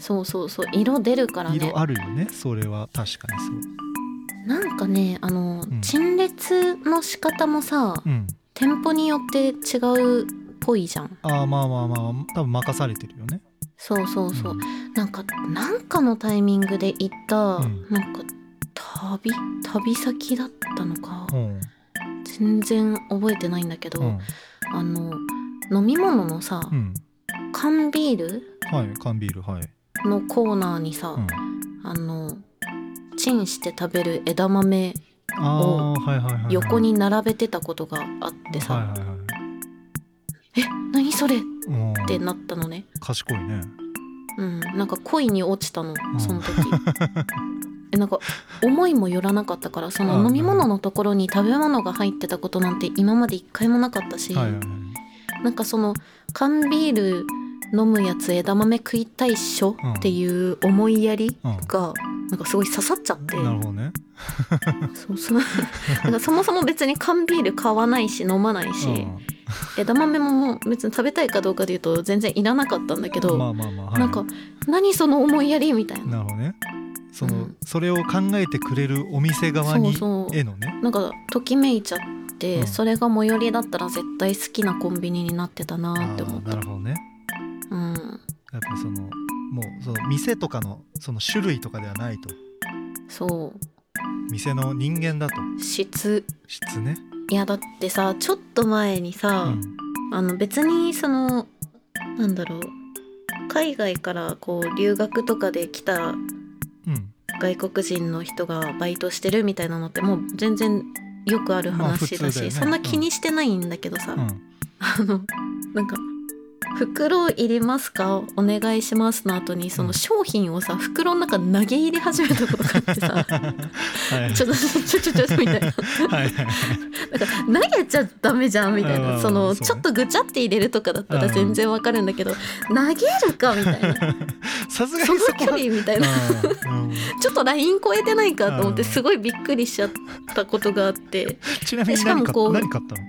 S2: そうそうそう色出るからね
S1: 色あるよねそれは確かにそう
S2: なんかねあの、
S1: ん
S2: 陳列の仕方もさ
S1: うん
S2: 店舗によって違うっぽいじゃん
S1: ああまあまあまあ多分任されてるよね
S2: そうそうそう、
S1: ん
S2: なんかなんかのタイミングで行った、
S1: うん
S2: なんか旅旅先だったのか、
S1: うん
S2: 全然覚えてないんだけど、
S1: うん
S2: あの飲み物のさ、
S1: うん
S2: 缶ビール
S1: はい缶ビールはい
S2: のコーナーにさ、
S1: うん
S2: あのチンして食べる枝豆
S1: ああーはいはいはいはい
S2: 横に並べてたことがあってさ「
S1: はいはいはい
S2: 何それ!」っ
S1: うん
S2: てなったのね、
S1: 賢いね
S2: うん、なんか恋に落ちたの
S1: ん
S2: そ
S1: [LAUGHS]
S2: の時えなんか思いもよらなかったからそ
S1: あ
S2: の
S1: ー
S2: 飲み物のところに食べ物が入ってたことなんて今まで一回もなかったし、
S1: はいはいはい
S2: なんかその缶ビール飲むやつ枝豆食いたいっしょ、
S1: うん
S2: っていう思いやり
S1: うん
S2: がなんかすごい刺さっちゃって
S1: なるほどね
S2: そうそう [LAUGHS] なんかそもそも別に缶ビール買わないし飲まないし、
S1: う
S2: 枝豆ももう別に食べたいかどうかでいうと全然いらなかったんだけど、
S1: んまあまあまあはい
S2: なんか何その思いやりみたい
S1: なる
S2: な。
S1: ほどねその、
S2: うん
S1: それを考えてくれるお店側に
S2: そうそう
S1: へのね
S2: なんかときめいちゃって、
S1: うん
S2: それが最寄りだったら絶対好きなコンビニになってた
S1: あ
S2: なって思っ
S1: ーな
S2: た
S1: るほどね
S2: う
S1: や
S2: ん
S1: っぱそのもうその店とかのその種類とかではないと
S2: そ
S1: 店の人間だと
S2: う質
S1: 質ね、
S2: いやだってさちょっと前に
S1: う
S2: さ、
S1: ん
S2: あの別にそのなんだろう海外からこう留学とかで来た
S1: うん
S2: 外国人の人がバイトしてるみたいなのってもう全然よくある話
S1: まあ
S2: だ
S1: 普通
S2: し、
S1: だよね
S2: そんな気にしてないんだけどさ、
S1: うん
S2: あのなんか「袋いりますかお願いします」の後にそうの
S1: ん
S2: 商品をさ袋の中投げ入れ始めたことがあってさ
S1: [LAUGHS] はい
S2: [LAUGHS] ちょっとちょちょちょちょみた
S1: は
S2: いな
S1: いはいはい
S2: なんか投げちゃダメじゃんみたいな
S1: あー
S2: その
S1: そうね
S2: ちょっとぐちゃって入れるとかだったら
S1: うん
S2: 全然わかるんだけど投げるかみた
S1: [LAUGHS]
S2: いな
S1: さすがに
S2: その
S1: そ
S2: 距
S1: こは
S2: 離みたいな
S1: うんうん
S2: ちょっとライン超えてないかと思っ
S1: う
S2: て
S1: ん
S2: すごいびっくりしちゃったことがあって
S1: ちなみに
S2: しか
S1: 何
S2: も
S1: 買
S2: こ
S1: っ
S2: う
S1: 何買ったの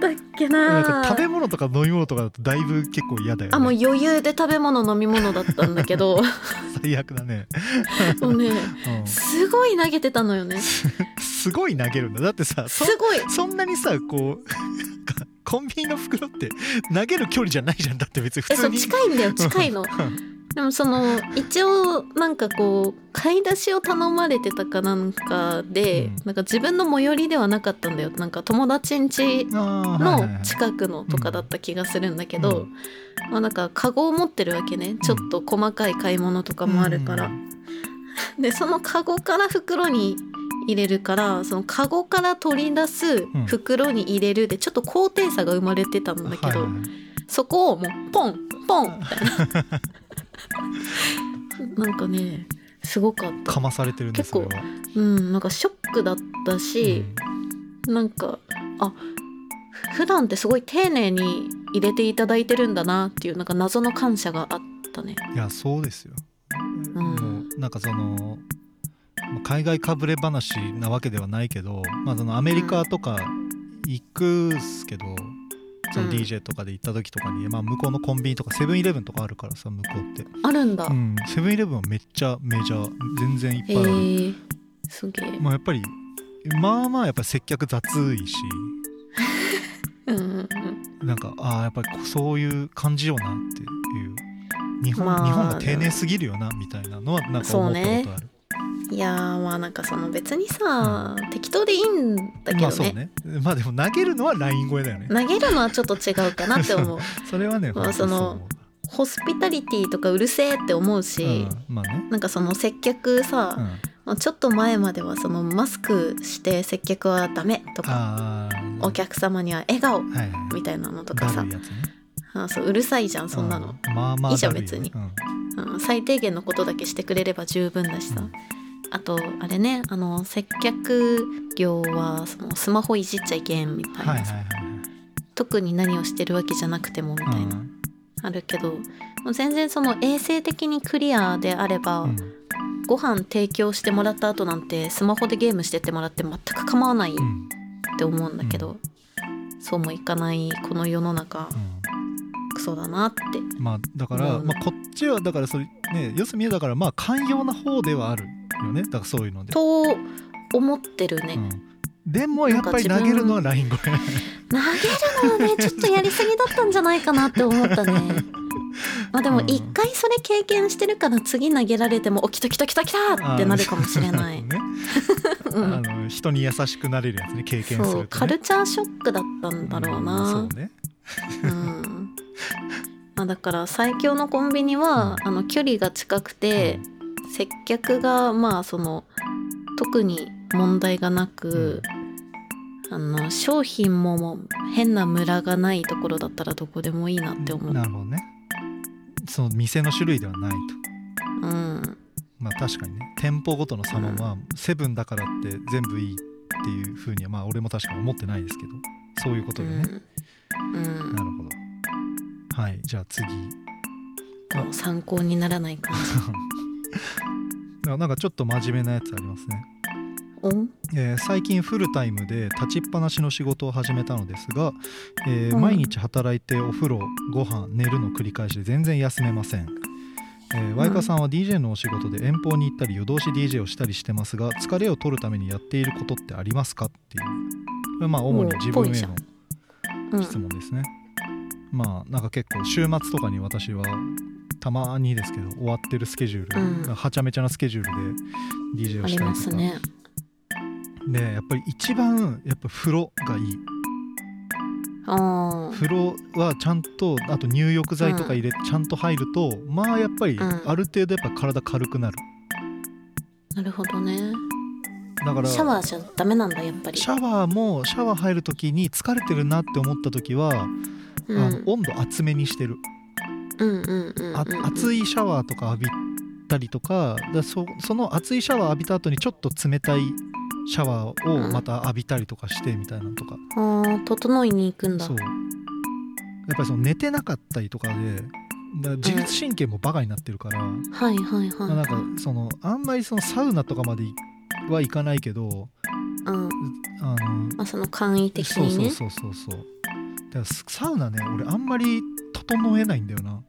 S2: だっけ
S1: なんか
S2: な
S1: 食べ物とか飲み物とかだとだいぶ結構嫌だよね
S2: あもう余裕で食べ物飲み物だったんだ
S1: [LAUGHS]
S2: けど
S1: 最悪だね、
S2: もうね
S1: うん
S2: すごい投げてたのよね
S1: すごい投げるんだだってさそ
S2: すごい
S1: そんなにさこうなんかコンビニの袋って投げる距離じゃないじゃんだって別に
S2: え
S1: 普通
S2: そう
S1: に
S2: 近いん
S1: [LAUGHS]
S2: だよ近いのでもその一応なんかこう買い出しを頼まれてたかなんかで、
S1: うん
S2: なんか自分の最寄りではなかったんだよなんか友達ん家の
S1: の
S2: 近くのとかだった気がするんだけど、まあ、なんかカゴを持ってるわけねちょっと細かい買い物とかもあるから、でそのカゴから袋に入れるからそのカゴから取り出す
S1: ん
S2: 袋に入れるでちょっと高低差が生まれてたんだけど、そこをもうポンポ [LAUGHS] ンみたいななんかねすごかった
S1: かまされてるんです
S2: 結構
S1: それは
S2: うんなんかショックだったし、なんかあ普段ってすごい丁寧に入れていただいてるんだなっていうなんか謎の感謝があったね
S1: うんいやそうですよ、
S2: ん
S1: もうなんかそのまあ海外かぶれ話なわけではないけど、まあ、そのアメリカとか行くっすけど、その
S2: うん
S1: DJ とかで行った時とかに、まあ、向こうのコンビニとかセブンイレブンとかあるからさ向こうって
S2: あるんだ、
S1: うんセブンイレブンはめっちゃメジャー全然いっぱ
S2: へ
S1: いある、
S2: ーすげえ、
S1: まあやっぱりまあまあやっぱ接客雑いし
S2: うんうんうん、
S1: なんかああやっぱりこうそういう感じよなっていう日本,、
S2: まあ
S1: 日本が丁寧すぎるよなみたいなのはなんか思ったことある、
S2: いやーまあなんかその別にさ、適当でいいんだけどね,、
S1: まあそうねまあでも投げるのはライン越えだよね
S2: 投げるのはちょっと違うかなって思う [LAUGHS]
S1: それはね、
S2: まあ
S1: 本当にう思う
S2: ホスピタリティとかうるせえって思うし、
S1: うん、まあね、
S2: なんかその接客さ、
S1: うん、あ
S2: まあちょっと前まではそのマスクして接客はダメと
S1: あ
S2: か
S1: ー
S2: お客様には笑顔
S1: はいはいはい
S2: みたいなのとか
S1: だ
S2: さ
S1: るいやつね
S2: あそううるさいじゃんそんなの、
S1: うんまあまあ
S2: いいじゃん
S1: だるよね
S2: 別に
S1: うん
S2: うん最低限のことだけしてくれれば十分だしさ、
S1: うん
S2: あとあれねあの接客業はそのスマホいじっちゃいけんみたい
S1: はいはい
S2: な
S1: は
S2: さ、
S1: い
S2: 特に何をしてるわけじゃなくてもみた
S1: はい
S2: いな、あるけどもう全然その衛生的にクリアであれば、
S1: うん
S2: ご飯提供してもらった後なんてスマホでゲームしてってもらって全く構わないっ
S1: うんうん
S2: て思うんだけど、そうもいかないこの世の中
S1: うん
S2: クソだなって
S1: まあだから、
S2: うん
S1: まあ、こっちはだからそれね四隅はだからまあ寛容な方ではあるよねだからそういうので。
S2: と思ってるね。
S1: うんでもやっぱり投げるのはライン越え
S2: 投げるの
S1: [LAUGHS]
S2: はねちょっとやりすぎだったんじゃないかなって思ったねまあでも
S1: うん
S2: 一回それ経験してるから次投げられても「おきたきたきたきた!」 [LAUGHS] ってなるかもしれない
S1: ね、[LAUGHS]
S2: う
S1: あ
S2: ん
S1: の人に優しくなれるやつね経験すると、ね、
S2: そうカルチャーショックだったんだろ
S1: う
S2: う
S1: んそう
S2: な
S1: ね
S2: うんまあだから最強のコンビニはあの距離が近くて接客がまあその特に問題がなく、あの商品ももう変なムラがないところだったらどこでもいいなって思う
S1: なるほどねその店の種類ではないと
S2: うん、
S1: まあ確かにね店舗ごとの差もまあセブンだからって全部いいっていうふうにはまあ俺も確かに思ってないですけどそういうこと
S2: う
S1: でね、
S2: んうん
S1: なるほどはいじゃあ次 [LAUGHS]
S2: でも参考にならないかな。
S1: ななんかちょっと真面目なやつありますね、
S2: おん
S1: えー最近フルタイムで立ちっぱなしの仕事を始めたのですが、えー
S2: うん
S1: 毎日働いてお風呂ご飯寝るの繰り返しで全然休めません、えー、ワイカさんは DJ のお仕事で遠方に行ったり夜通し DJ をしたりしてますが疲れを取るためにやっていることってありますかっていうこれまあ主に自分
S2: おぽい
S1: へ
S2: じゃ
S1: の
S2: んうん
S1: 質問ですね、まあなんか結構週末とかに私はたまにですけど終わってるスケジュール、
S2: うん
S1: はちゃめちゃなスケジュールで DJ を
S2: あ
S1: し
S2: り
S1: たり
S2: ま
S1: と
S2: す
S1: か、
S2: ね。
S1: でやっぱり一番やっぱ風呂がいい
S2: あー
S1: 風呂はちゃんとあと入浴剤とか入れ、ちゃんと入るとまあやっぱり
S2: うん
S1: ある程度やっぱ体軽くなる
S2: なるほどね
S1: だから
S2: シャワーじゃダメなんだやっぱり
S1: シャワーもシャワー入る時に疲れてるなって思った時は、
S2: う
S1: あ
S2: ん
S1: の温度厚めにしてる、
S2: うんうんうん
S1: あ
S2: うん
S1: 熱
S2: い
S1: いシャワーとか浴びたりとかだそその熱いシャワー浴びた後にちょっと冷たいシャワーをまた浴びたりとかしてみたいなのとか、
S2: あー整いに行くんだ
S1: そうやっぱりその寝てなかったりとかでだ自律神経もバカになってるから、
S2: はいはい
S1: まあなん
S2: は
S1: かそのあんまりそのサウナとかまでは行かないけど
S2: いうん
S1: あの
S2: まあその簡易的
S1: そう
S2: に
S1: そう
S2: ね
S1: そうそうそうだからスサウナね俺あんまり整えないんだよな、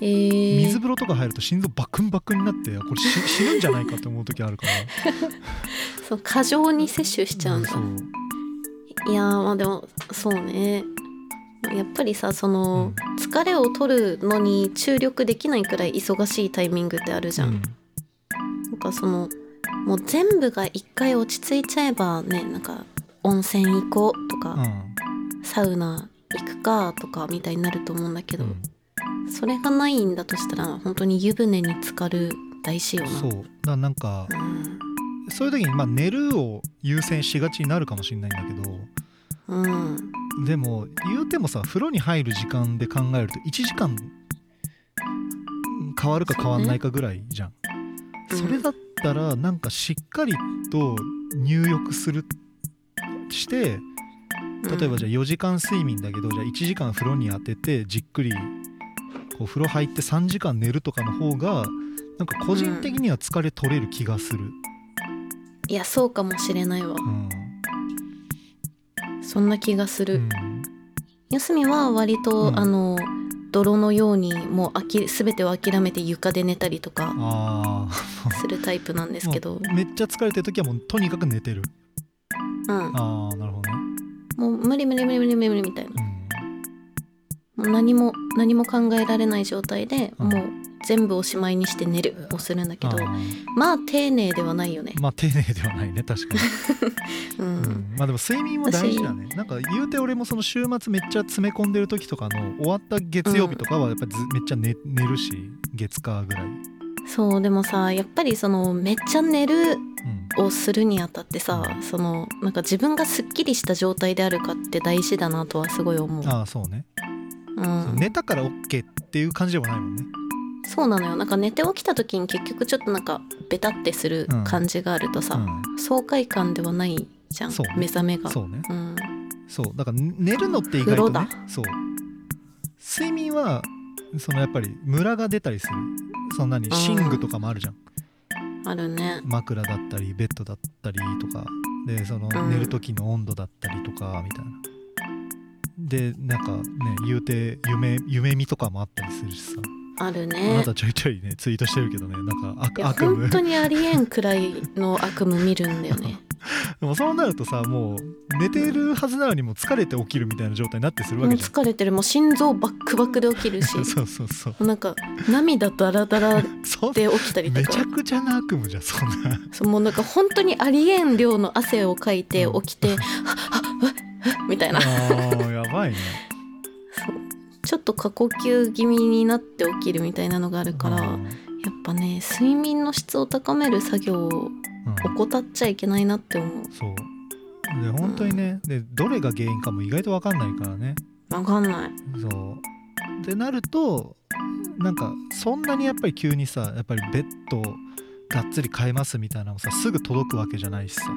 S2: えー
S1: 水風呂とか入ると心臓バクンバクンになってこれし [LAUGHS] 死ぬんじゃないかって思う時あるから
S2: そう過剰に摂取しちゃうんだ、
S1: うん
S2: いやーまあでもそうねやっぱりさその、
S1: う
S2: 疲れを取るのに注力できないくらい忙しいタイミングってあるじ
S1: そう
S2: ゃん、
S1: うん
S2: なんかそのもう全部が一回落ち着いちゃえばねなんか温泉行こうとか、
S1: うん
S2: サウナ行くかとかみたいになると思うんだけど、
S1: うん
S2: それがないんだとしたら本当に湯船に浸かる大事よな
S1: そうだからなんか
S2: うん
S1: そういう時にまあ寝るを優先しがちになるかもしれないんだけど
S2: うん
S1: でも言うてもさ風呂に入る時間で考えると1時間うん変わるか変わんないかぐらいじゃんそ,、
S2: そうねうん
S1: れだったらなんかしっかりと入浴するして例えばじゃあ4時間睡眠だけど、じゃあ1時間風呂に当ててじっくりこう風呂入って3時間寝るとかの方がなんか個人的には疲れ取れる気がする、
S2: いやそうかもしれないわ
S1: うん
S2: そんな気がす
S1: う
S2: る、
S1: ん
S2: 休みは割と、
S1: うん
S2: あの泥のようにもうあき全てを諦めて床で寝たりとか
S1: あ
S2: するタイプなんですけ
S1: [LAUGHS]
S2: ど、
S1: あめっちゃ疲れてる時はもうとにかく寝てる
S2: うん、
S1: ああなるほどね
S2: もう無理無理無理無理無理無理みたいな
S1: う
S2: もう何も何も考えられない状態で、
S1: うん
S2: もう全部おしまいにして寝るをするんだけ
S1: ん
S2: ど
S1: あー
S2: まあ丁寧ではないよね、
S1: まあ丁寧ではないね確かに、
S2: う
S1: うんん、まあでも睡眠も大事だねなんか言うて俺もその週末めっちゃ詰め込んでる時とかの終わった月曜日とかはやっぱず、めっちゃ寝寝るし月火ぐらい、う
S2: そうでもさやっぱりそのめっちゃ寝る
S1: ん、
S2: をするにあたってさ
S1: うん
S2: そのなんか自分がすっきりした状態であるかって大事だなとはすごい思う。
S1: ああそうね、
S2: う、
S1: そうん寝たから OK っていう感じではないもんね
S2: そうなのよなんか寝て起きた時に結局ちょっとなんかベタってする感じがあるとさ、爽快感ではないじゃん、
S1: そうね
S2: 目覚め
S1: う
S2: が
S1: ん、そうね
S2: うん、
S1: そうだから寝るのって意外とね
S2: 風
S1: そう睡眠はそのやっぱりムラが出たりするそんなに寝具とかもあるじゃん
S2: あるね
S1: 枕だったりベッドだったりとかでその
S2: うん
S1: 寝る時の温度だったりとかみたいな、でなんかね言うて夢夢見とかもあったりするしさ、
S2: ある
S1: あな
S2: ね
S1: たちょいちょいねツイートしてるけどねなんか
S2: い
S1: 悪
S2: や
S1: 悪夢
S2: 本当にありえんくらいの悪夢見るんだよね
S1: [LAUGHS] でもそうなるとさもう寝てるはずなのにもう疲れて起きるみたいな状態になってする
S2: も
S1: わ
S2: う
S1: けじゃん
S2: 疲れてるもう心臓バックバックで起きるし
S1: [LAUGHS]
S2: も
S1: そうそうそう
S2: うなんか涙ダラダラ
S1: そう
S2: で起きたりと
S1: めち
S2: か
S1: ゃくちゃな悪夢じゃんそん
S2: [LAUGHS]
S1: な
S2: そうもうなんか本当にありえん量の汗をかいて
S1: うん
S2: 起きて「はっはっはっはっみたいな
S1: あーやばいね
S2: そう [LAUGHS] ちょっと過呼吸気味になって起きるみたいなのがあるから、
S1: うん
S2: やっぱね睡眠の質を高める作業を
S1: うん
S2: 怠っちゃいけないなって思う
S1: そうで本当にねでどれが原因かも意外と分かんないからね
S2: 分かんない
S1: そうってなるとなんかそんなにやっぱり急にさやっぱりベッドをがっつり変えますみたいなのもさすぐ届くわけじゃないしさ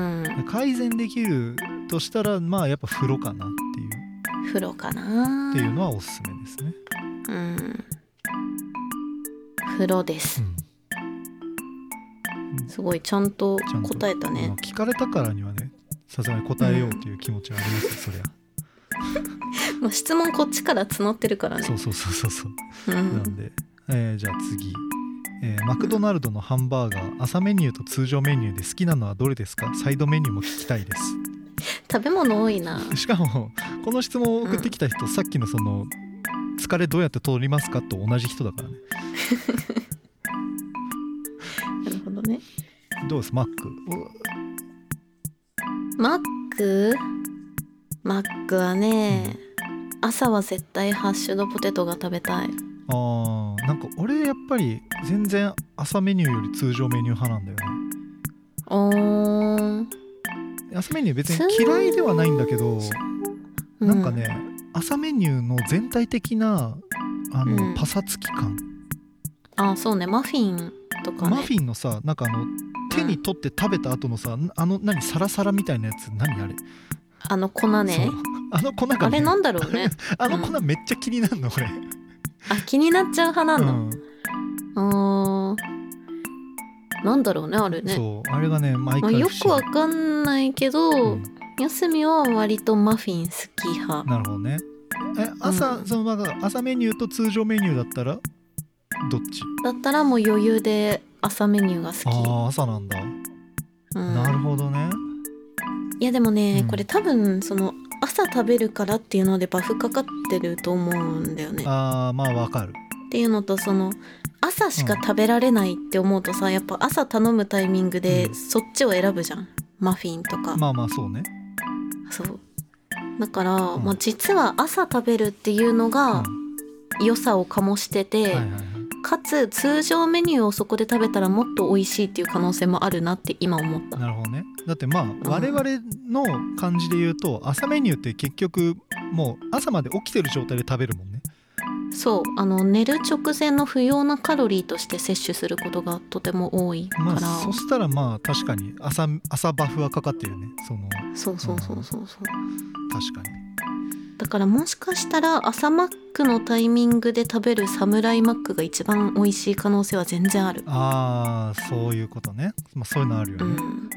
S2: うん
S1: 改善できるとしたらまあやっぱ風呂かなっていう
S2: 風呂かな
S1: っていうのはおすすめですね、
S2: うん風呂ですすごいちゃんと
S1: ちゃんと
S2: 答えた
S1: ま
S2: ね
S1: あ聞かれたからにはねさすがに答えようっていう気持ちはありますよ、そりゃ
S2: まあ質問こっちから募ってるからね
S1: そうそうそうそうそう
S2: う
S1: なん
S2: ん
S1: で、えーじゃあ次、えーマクドナルドのハンバーガー朝メニューと通常メニューで好きなのはどれですかサイドメニューも聞きたいです [LAUGHS]
S2: 食べ物多いな
S1: しかもこの質問を送ってきた人、さっきのその疲れどうやって取りますかと同じ人だからね
S2: なるほどね
S1: どうですマック
S2: マックマックはね、朝は絶対ハッシュドポテトが食べたい
S1: あーなんか俺やっぱり全然朝メニューより通常メニュー派なんだよ
S2: おー
S1: ね朝メニュー別に嫌いではないんだけど
S2: う
S1: なんかね朝メニューの全体的なあの、
S2: うん
S1: パサつき感
S2: あそうねマフィンとかね
S1: マフィンのさなんかあの手に取って食べた後のさ、あの何サラサラみたいなやつ何あれ、
S2: あの粉ね
S1: そうあの粉が、ね、
S2: あれなんだろうね
S1: あの粉めっちゃ気になるのこれ、
S2: あ気になっちゃう派
S1: う
S2: なん
S1: ん
S2: だ、うーんなんだろうねあれね、
S1: そうあれがね毎
S2: まあ、
S1: 回
S2: よ
S1: 不
S2: く
S1: 思
S2: わ
S1: 議
S2: かんないけど、
S1: うん
S2: 休みは割とマフィン好き派
S1: なるほどねえ朝、
S2: うん
S1: そのまあ朝メニューと通常メニューだったらどっち
S2: だったらもう余裕で朝メニューが好
S1: ああ朝なんだ、
S2: き、うん
S1: なるほどね
S2: いやでもね、
S1: うん
S2: これ多分その朝食べるからっていうのでバフかかってると思うんだよねっ
S1: ああまあわかる
S2: ていうのとその朝しか食べられないって思うとさ、やっぱ朝頼むタイミング
S1: う
S2: で
S1: ん
S2: そっちを選ぶじゃんマフィンとか、
S1: まあまあそうね
S2: そうだから、
S1: うん
S2: まあ、実は朝食べるっていうの
S1: うん
S2: が
S1: は
S2: 良さを醸してて、
S1: いはいはい
S2: かつ通常メニューをそこで食べたらもっと美味しいっていう可能性もあるなって今思った
S1: なるほどねだってまあ我々の感じで言うと朝メニューって結局もう朝まで起きてる状態で食べるもんね
S2: そうあの寝る直前の不要なカロリーとして摂取することがとても多いから、
S1: まあそ
S2: そ
S1: したらまあ確かに朝朝バフはかかってるよねその
S2: うそうそうそうそう
S1: 確かに
S2: だからもしかしたら朝マックのタイミングで食べるサムライマックが一番美味しい可能性は全然ある
S1: ああそういうことね、まあ、そういうのあるよ
S2: う
S1: ね、
S2: んうん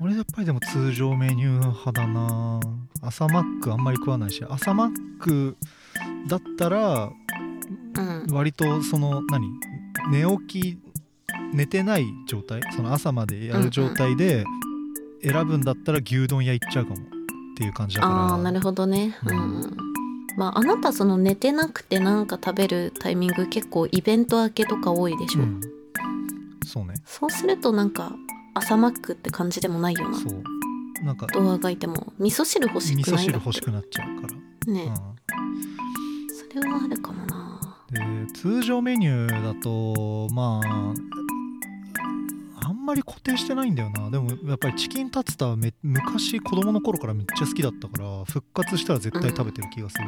S1: 俺やっぱりでも通常メニュー派だな朝マックあんまり食わないし朝マックだったら
S2: うん
S1: 割とその何寝起き寝てない状態その朝までやる状態で選ぶんだったら牛丼屋行っちゃうかもっていう感じだから
S2: ああーなるほどね
S1: う
S2: うんん、まああなたその寝てなくてなんか食べるタイミング結構イベント明けとか多いでしょ、
S1: うん、そうね
S2: そうするとなんか朝マックって感じでもないよな
S1: そうなんか
S2: どうあがいても味噌汁欲しくな
S1: 味
S2: い
S1: 噌汁欲
S2: だ
S1: し
S2: っ
S1: くなっちゃうから、
S2: てね、
S1: うん
S2: それはあるかもな
S1: で通常メニューだとまああんまり固定してないんだよなでもやっぱりチキンタツタはめ昔子供の頃からめっちゃ好きだったから復活したら絶対食べてる気がする、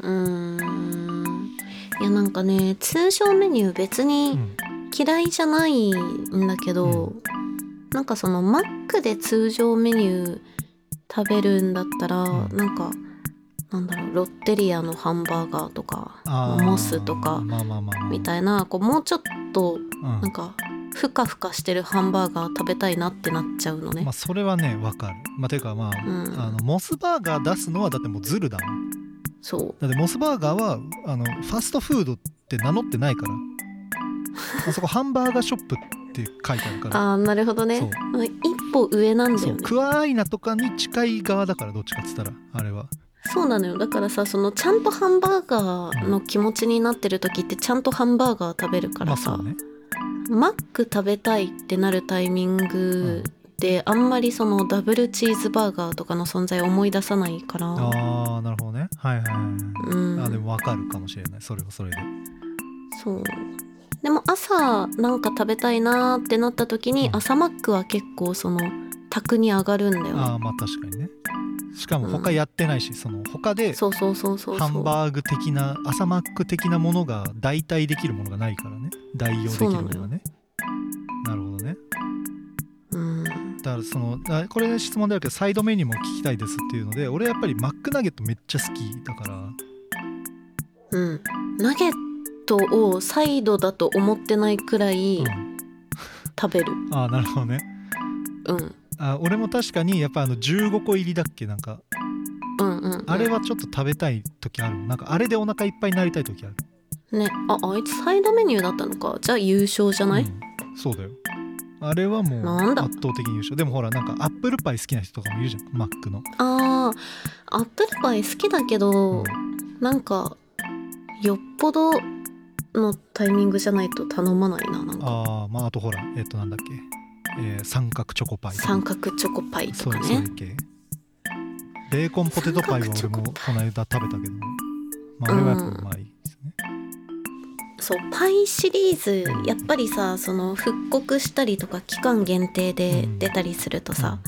S2: うーんいやなんかね通常メニュー別
S1: う
S2: に
S1: ん
S2: 嫌いじゃないんだけど、
S1: う
S2: なんかそのマックで通常メニュー食べるんだったら、
S1: うん
S2: なんかなんだろうロッテリアのハンバーガーとか
S1: あー
S2: モスとか
S1: まあまあまあまあ
S2: みたいなこうもうちょっ
S1: う
S2: と
S1: ん
S2: なんかふかふかしてるハンバーガー食べたいなってなっちゃうのね
S1: まあ、それはねわかるまあていうかまあ,、
S2: うん
S1: あのモスバーガー出すのはだってもうズルだもん
S2: そう
S1: だってモスバーガーはあのファストフードって名乗ってない
S2: [LAUGHS]
S1: からあそこハンバーガーショップって書いてあるから
S2: あーなるほど
S1: そう
S2: ねうん一歩上なんだ
S1: そ
S2: よ
S1: う
S2: ね
S1: クワアイナとかに近い側だからどっちかっつったらあれは
S2: そうなのよだからさそのちゃんとハンバーガーの気持ちになってる時ってちゃんとハンバーガー食べるか
S1: ま
S2: ら
S1: あ
S2: さ、
S1: そうね
S2: マック食べたいってなるタイミングで、あんまりそのダブルチーズバーガーとかの存在を思い出さないから
S1: ああなるほどねはいはいはい、
S2: うん
S1: あでもわかるかもしれないそれはそれで
S2: そうでも朝なんか食べたいなーってなった時に、
S1: うん
S2: 朝マックは結構その卓に上がるんだよ
S1: あ
S2: ね
S1: あまあ確かにねしかも
S2: うん
S1: 他やってないし、その他で
S2: そうそうそうそうそう
S1: ハンバーグ的な朝マック的なものが代替できるものがないからね代用できるもの
S2: そ
S1: が
S2: うなの
S1: ねなるほどね
S2: うん
S1: だからそのあこれ質問であるけどサイドメニューも聞きたいですっていうので俺やっぱりマックナゲットめっちゃ好きだから
S2: うんナゲットをサイドだと思ってないくらい
S1: うん、
S2: 食べる
S1: ああなるほどね
S2: うん、
S1: あ俺も確かにやっぱあの15個入りだっけなんか
S2: うんうんうん
S1: あれはちょっと食べたい時あるもんなんかあれでお腹いっぱいになりたい時ある
S2: ねああいつサイドメニューだったのかじゃあ優勝じゃない、
S1: うんそうだよあれはもう
S2: なんだ
S1: 圧倒的に優勝でもほらなんかアップルパイ好きな人とかもいるじゃんマックの
S2: あーアップルパイ好きだけど、なんかよっぽどのタイミングじゃないと頼まないななんか
S1: ああまああとほらえっ、となんだっけ、えー三角チョコパイとか
S2: 三角チョコパイと
S1: そう
S2: か
S1: そうい
S2: ね
S1: う系ベーコンポテトパイは俺
S2: 三角チョコ
S1: もこの間食べたけどまああ
S2: うん
S1: れはやっぱうまいですね、
S2: そうパイシリーズやっぱりさその復刻したりとか期間限定で出たりするとさ、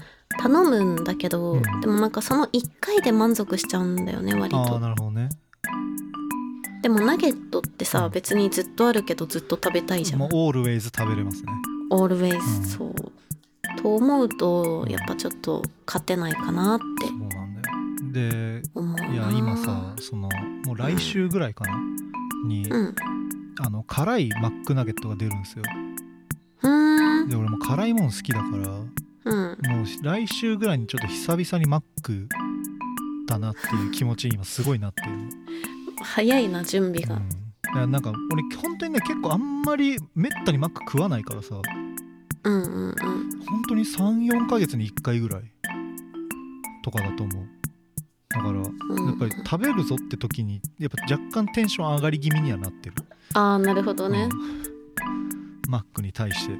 S2: 頼むんだけど、
S1: うん
S2: でもなんかその1回で満足しちゃうんだよね割
S1: うんああ
S2: と
S1: なるほどね
S2: でもナゲットってさ、
S1: うん
S2: 別にずっとあるけどずっと食べたいじゃん
S1: もうオールウェイズ食べれますね
S2: オールウェイズ、
S1: うん
S2: そうと思うとやっぱちょっと勝てないかなって
S1: そうなんだよで
S2: 思うない
S1: や今さそのもう来週ぐらいかなに、
S2: うん
S1: あの辛いマックナゲットが出るんですよ
S2: うーん
S1: で俺もう辛いもん好きだから
S2: うん
S1: もう来週ぐらいにちょっと久々にマックだなっていう気持ちに今すごいなってる、
S2: 早いな準備
S1: うん、だ
S2: が、
S1: からなんか俺本当にね結構あんまりめったにマック食わないからさ
S2: うん、うんうん
S1: 本当に34ヶ月に1回ぐらいとかだと思うだからや
S2: うん
S1: っぱり食べるぞって時にやっぱ若干テンション上がり気味にはなってる、
S2: ああなるほどね、
S1: うんマックに対して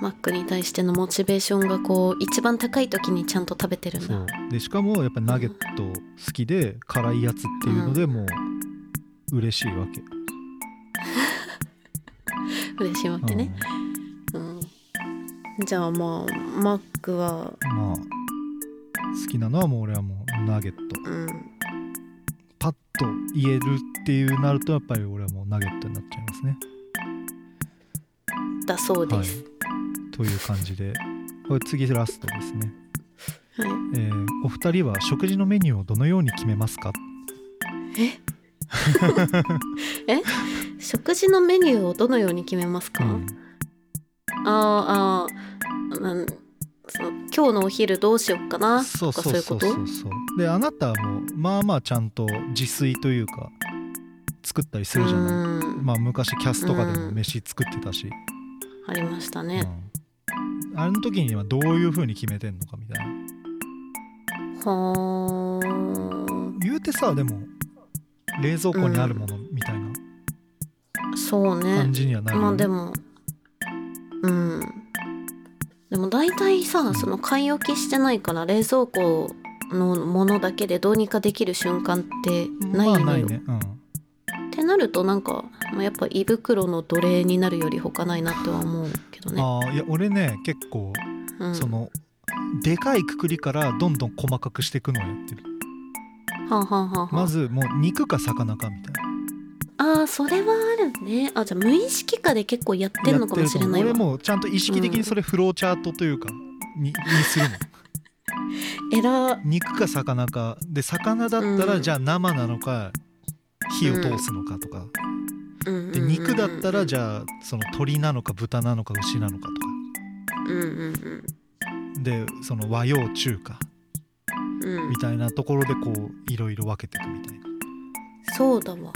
S2: マックに対してのモチベーションがこう一番高い時にちゃんと食べてるん
S1: そ
S2: だ
S1: うでしかもやっぱナゲット好きで辛いやつっていうのでもう嬉しいわけ、
S2: 嬉しいわけね、うんじゃあまあマックは
S1: うんまあ好きなのはもう俺はもうナゲット
S2: うん
S1: パッと言えるっていうなるとやっぱり俺はもうナゲットになっちゃいますね
S2: だそう
S1: は
S2: で
S1: い
S2: す、
S1: という感じでこれ次ラストですね、
S2: はい
S1: えーお二人は食事のメニューをどのように決めますか
S2: 食事のメニューをどのように決めますか、
S1: うん
S2: あーあーなんその今日のお昼どうしよっかな
S1: そ
S2: と
S1: う
S2: か
S1: そう
S2: そういう
S1: そ
S2: こ
S1: う
S2: と
S1: そうそうであなたはもうまあまあちゃんと自炊というか作ったりするじゃない
S2: うん
S1: まあ昔キャスとかでも
S2: うん
S1: 飯作ってたし、
S2: ありました
S1: うん
S2: ね、
S1: あの時にはどういう風に決めてんのかみたいな
S2: はー
S1: 言うてさでも冷蔵庫にあるものみたいな
S2: そうね
S1: 感じにはなる
S2: ま
S1: よ
S2: あ
S1: ね
S2: でもうんでも大体さその買い置きしてないから冷蔵庫のものだけでどうにかできる瞬間ってない
S1: ま
S2: の
S1: あな
S2: よ、
S1: いね、うん、
S2: ってなるとなんか、まあ、やっぱ胃袋の奴隷になるより他ないなとは思うけどね、
S1: ああいや俺ね結構
S2: うん、
S1: その、でかいくくりからどんどん細かくしていくのをやってる
S2: はあはあはあはあ
S1: まずもう肉か魚かみたいな
S2: ああそれはあるねあじゃあ無意識化で結構やってんのかもしれない
S1: やってると思う
S2: わ
S1: 俺もうちゃんと意識的にそれフローチャートというか、
S2: [LAUGHS]
S1: ににするの
S2: えら
S1: 肉か魚かで魚だったら
S2: うん
S1: じゃあ生なのか火を通すのかとか、
S2: うん
S1: で肉だったらじ
S2: ゃ
S1: ゃあその鶏なのか豚なのか牛なのかとか
S2: うんうん
S1: でその和洋中華
S2: うんうん
S1: みたいなところでこういろいろ分けていくみたい
S2: そうだわ
S1: な、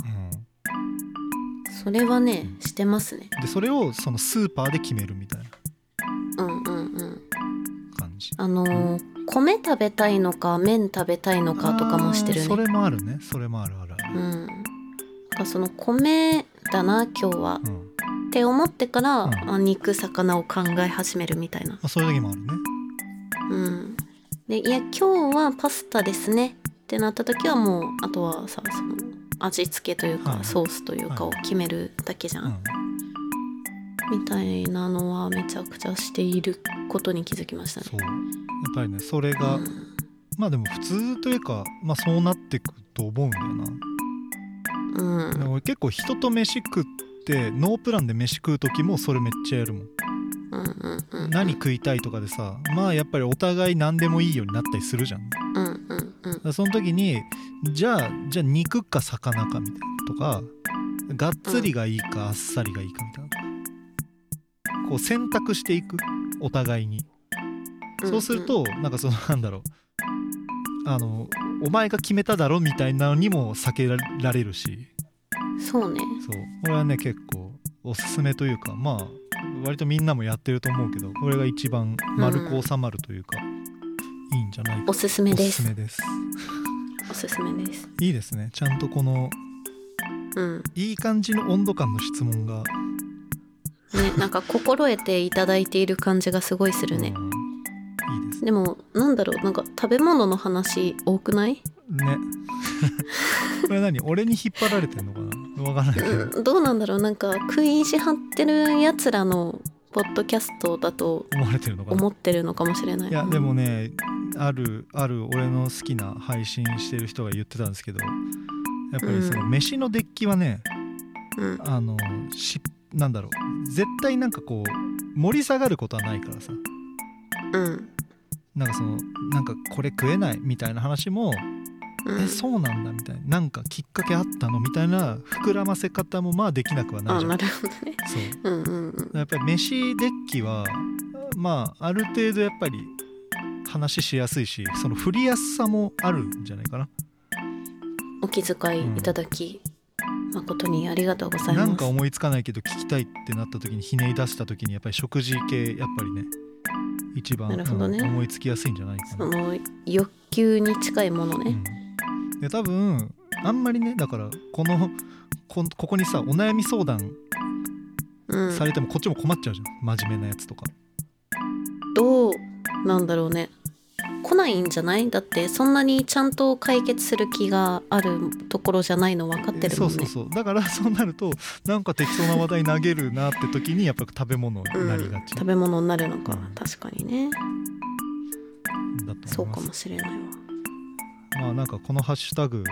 S2: それはねしてますね
S1: でそれをそのスーパーで決めるみたいな
S2: うんうんうん
S1: 感じ
S2: あのー米食べたいのか麺食べたいのかとかもしてる
S1: あー
S2: ね
S1: それもあるねそれもあるあるあ
S2: う
S1: る、
S2: んなんかその米だな今日は、
S1: うん
S2: って思ってから、
S1: うん
S2: あ肉魚を考え始めるみたいな
S1: まあ、そういう時もあるね
S2: うん、でいや今日はパスタですねってなった時はもうあとはさその味付けというか、
S1: はい
S2: ソースというかを決めるだけじゃ
S1: う
S2: ん、みたいなのはめちゃくちゃしていることに気づきました
S1: ん
S2: ね。
S1: そうやっぱりねそれが、
S2: うん
S1: まあでも普通というか、まあ、そうなってくと思うんだよな、
S2: うん
S1: でも俺結構人と飯食ってノープランで飯食う時もそれめっちゃやるもん、
S2: うんうんうん
S1: 何食いたいとかでさまあやっぱりお互い何でもいいようになったりするじゃんだか
S2: うんうんうん
S1: らその時にじゃあじゃあ肉か魚かみたいなとかがっつりがいいかあっさりがいいかみたいなこう選択していくお互いにそうするとなんかそのなんだろうあのお前が決めただろみたいなのにも避けられるし
S2: うんそうね
S1: そうこれはね結構おすすめというかまあ割とみんなもやってると思うけどこれが一番丸く収まるというか、いいんじゃないか
S2: おすすめで
S1: おすす
S2: す
S1: めです
S2: おすすめです
S1: いいですねちゃんとこの
S2: うん
S1: いい感じの温度感の質問が、
S2: ねなんか心得ていただいている感じがすごいするね
S1: うんいいです
S2: ますでもなんだろうなんか食べ物の話多くない、
S1: ね [LAUGHS] これ何俺に引っ張られてんのかなわからないけど、
S2: うん、どうなんだろうなんか食い意地張ってるやつらのポッドキャストだと
S1: 思われてるのかな
S2: 思ってるのかもしれない
S1: いやでもねあるある俺の好きな配信してる人が言ってたんですけどやっぱりその
S2: うん
S1: 飯のデッキはね、
S2: うん
S1: あのしなんだろう絶対なんかこう盛り下がることはないからさ
S2: うん
S1: なんかそのなんかこれ食えないみたいな話も、
S2: う
S1: え
S2: ん
S1: そうなんだみたいななんかきっかけあったのみたいな膨らませ方もまあできなくはない
S2: あ
S1: じゃん
S2: なるほどね
S1: そう
S2: うんうんうん
S1: やっぱり飯デッキはまあある程度やっぱり話しやすいしその振りやすさもあるんじゃないかな
S2: お気遣いいただき、誠にありがとうございます
S1: なんか思いつかないけど聞きたいってなった時にひねり出した時にやっぱり食事系やっぱりね一番、
S2: なるほどね
S1: うん思いつきやすいんじゃないか
S2: そ
S1: な、
S2: の欲求に近いもの
S1: う
S2: ね、
S1: ん、で多分あんまりねだからこのこここにさお悩み相談
S2: うん
S1: されてもこっちも困っちゃうじゃん、真面目なやつとか
S2: どうなんだろうね来ないんじゃないだってそんなにちゃんと解決する気があるところじゃないの分かってる
S1: そ
S2: もん
S1: う
S2: ね
S1: そうそうだから [LAUGHS] そうなるとなんか適当な話題投げるなって時にやっぱ食べ物に
S2: う
S1: なんりがちだ
S2: 食べ物になるのか、
S1: うん
S2: 確かにね
S1: と
S2: そう
S1: 思い
S2: か
S1: ます
S2: もしれないわ
S1: まあなんかこのハッシュタグ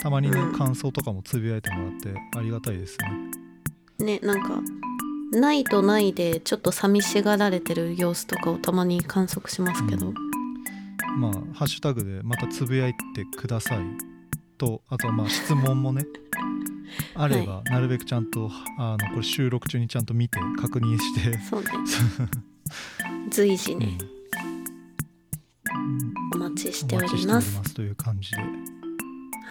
S1: たまにね
S2: うん
S1: 感想とかもつぶやいてもらってありがたいですね
S2: ねなんかないとないでちょっと寂しがられてる様子とかをたまに観測しますけど、
S1: うんまあハッシュタグでまたつぶやいてくださいとあとはまあ質問
S2: [LAUGHS]
S1: もねあればなるべくちゃんとあのこれ収録中にちゃんと見て確認して [LAUGHS]
S2: そうね随時ね、
S1: うん
S2: お待ちし
S1: お
S2: てお
S1: 待ちして
S2: り
S1: お
S2: ま
S1: り
S2: す
S1: ますという感じで
S2: は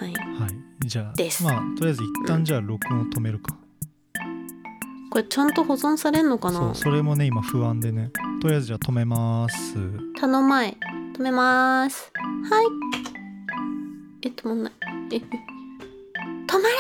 S2: い
S1: はい、じゃあ
S2: です
S1: まあとりあえず一
S2: う
S1: 旦
S2: ん
S1: じゃあ録音を止めるか、
S2: これちゃんと保存されんのか
S1: そ
S2: な
S1: うそれもね今不安でねとりあえずじゃあ止めます
S2: 頼まえ止めますはいえ止まんないえ止まれ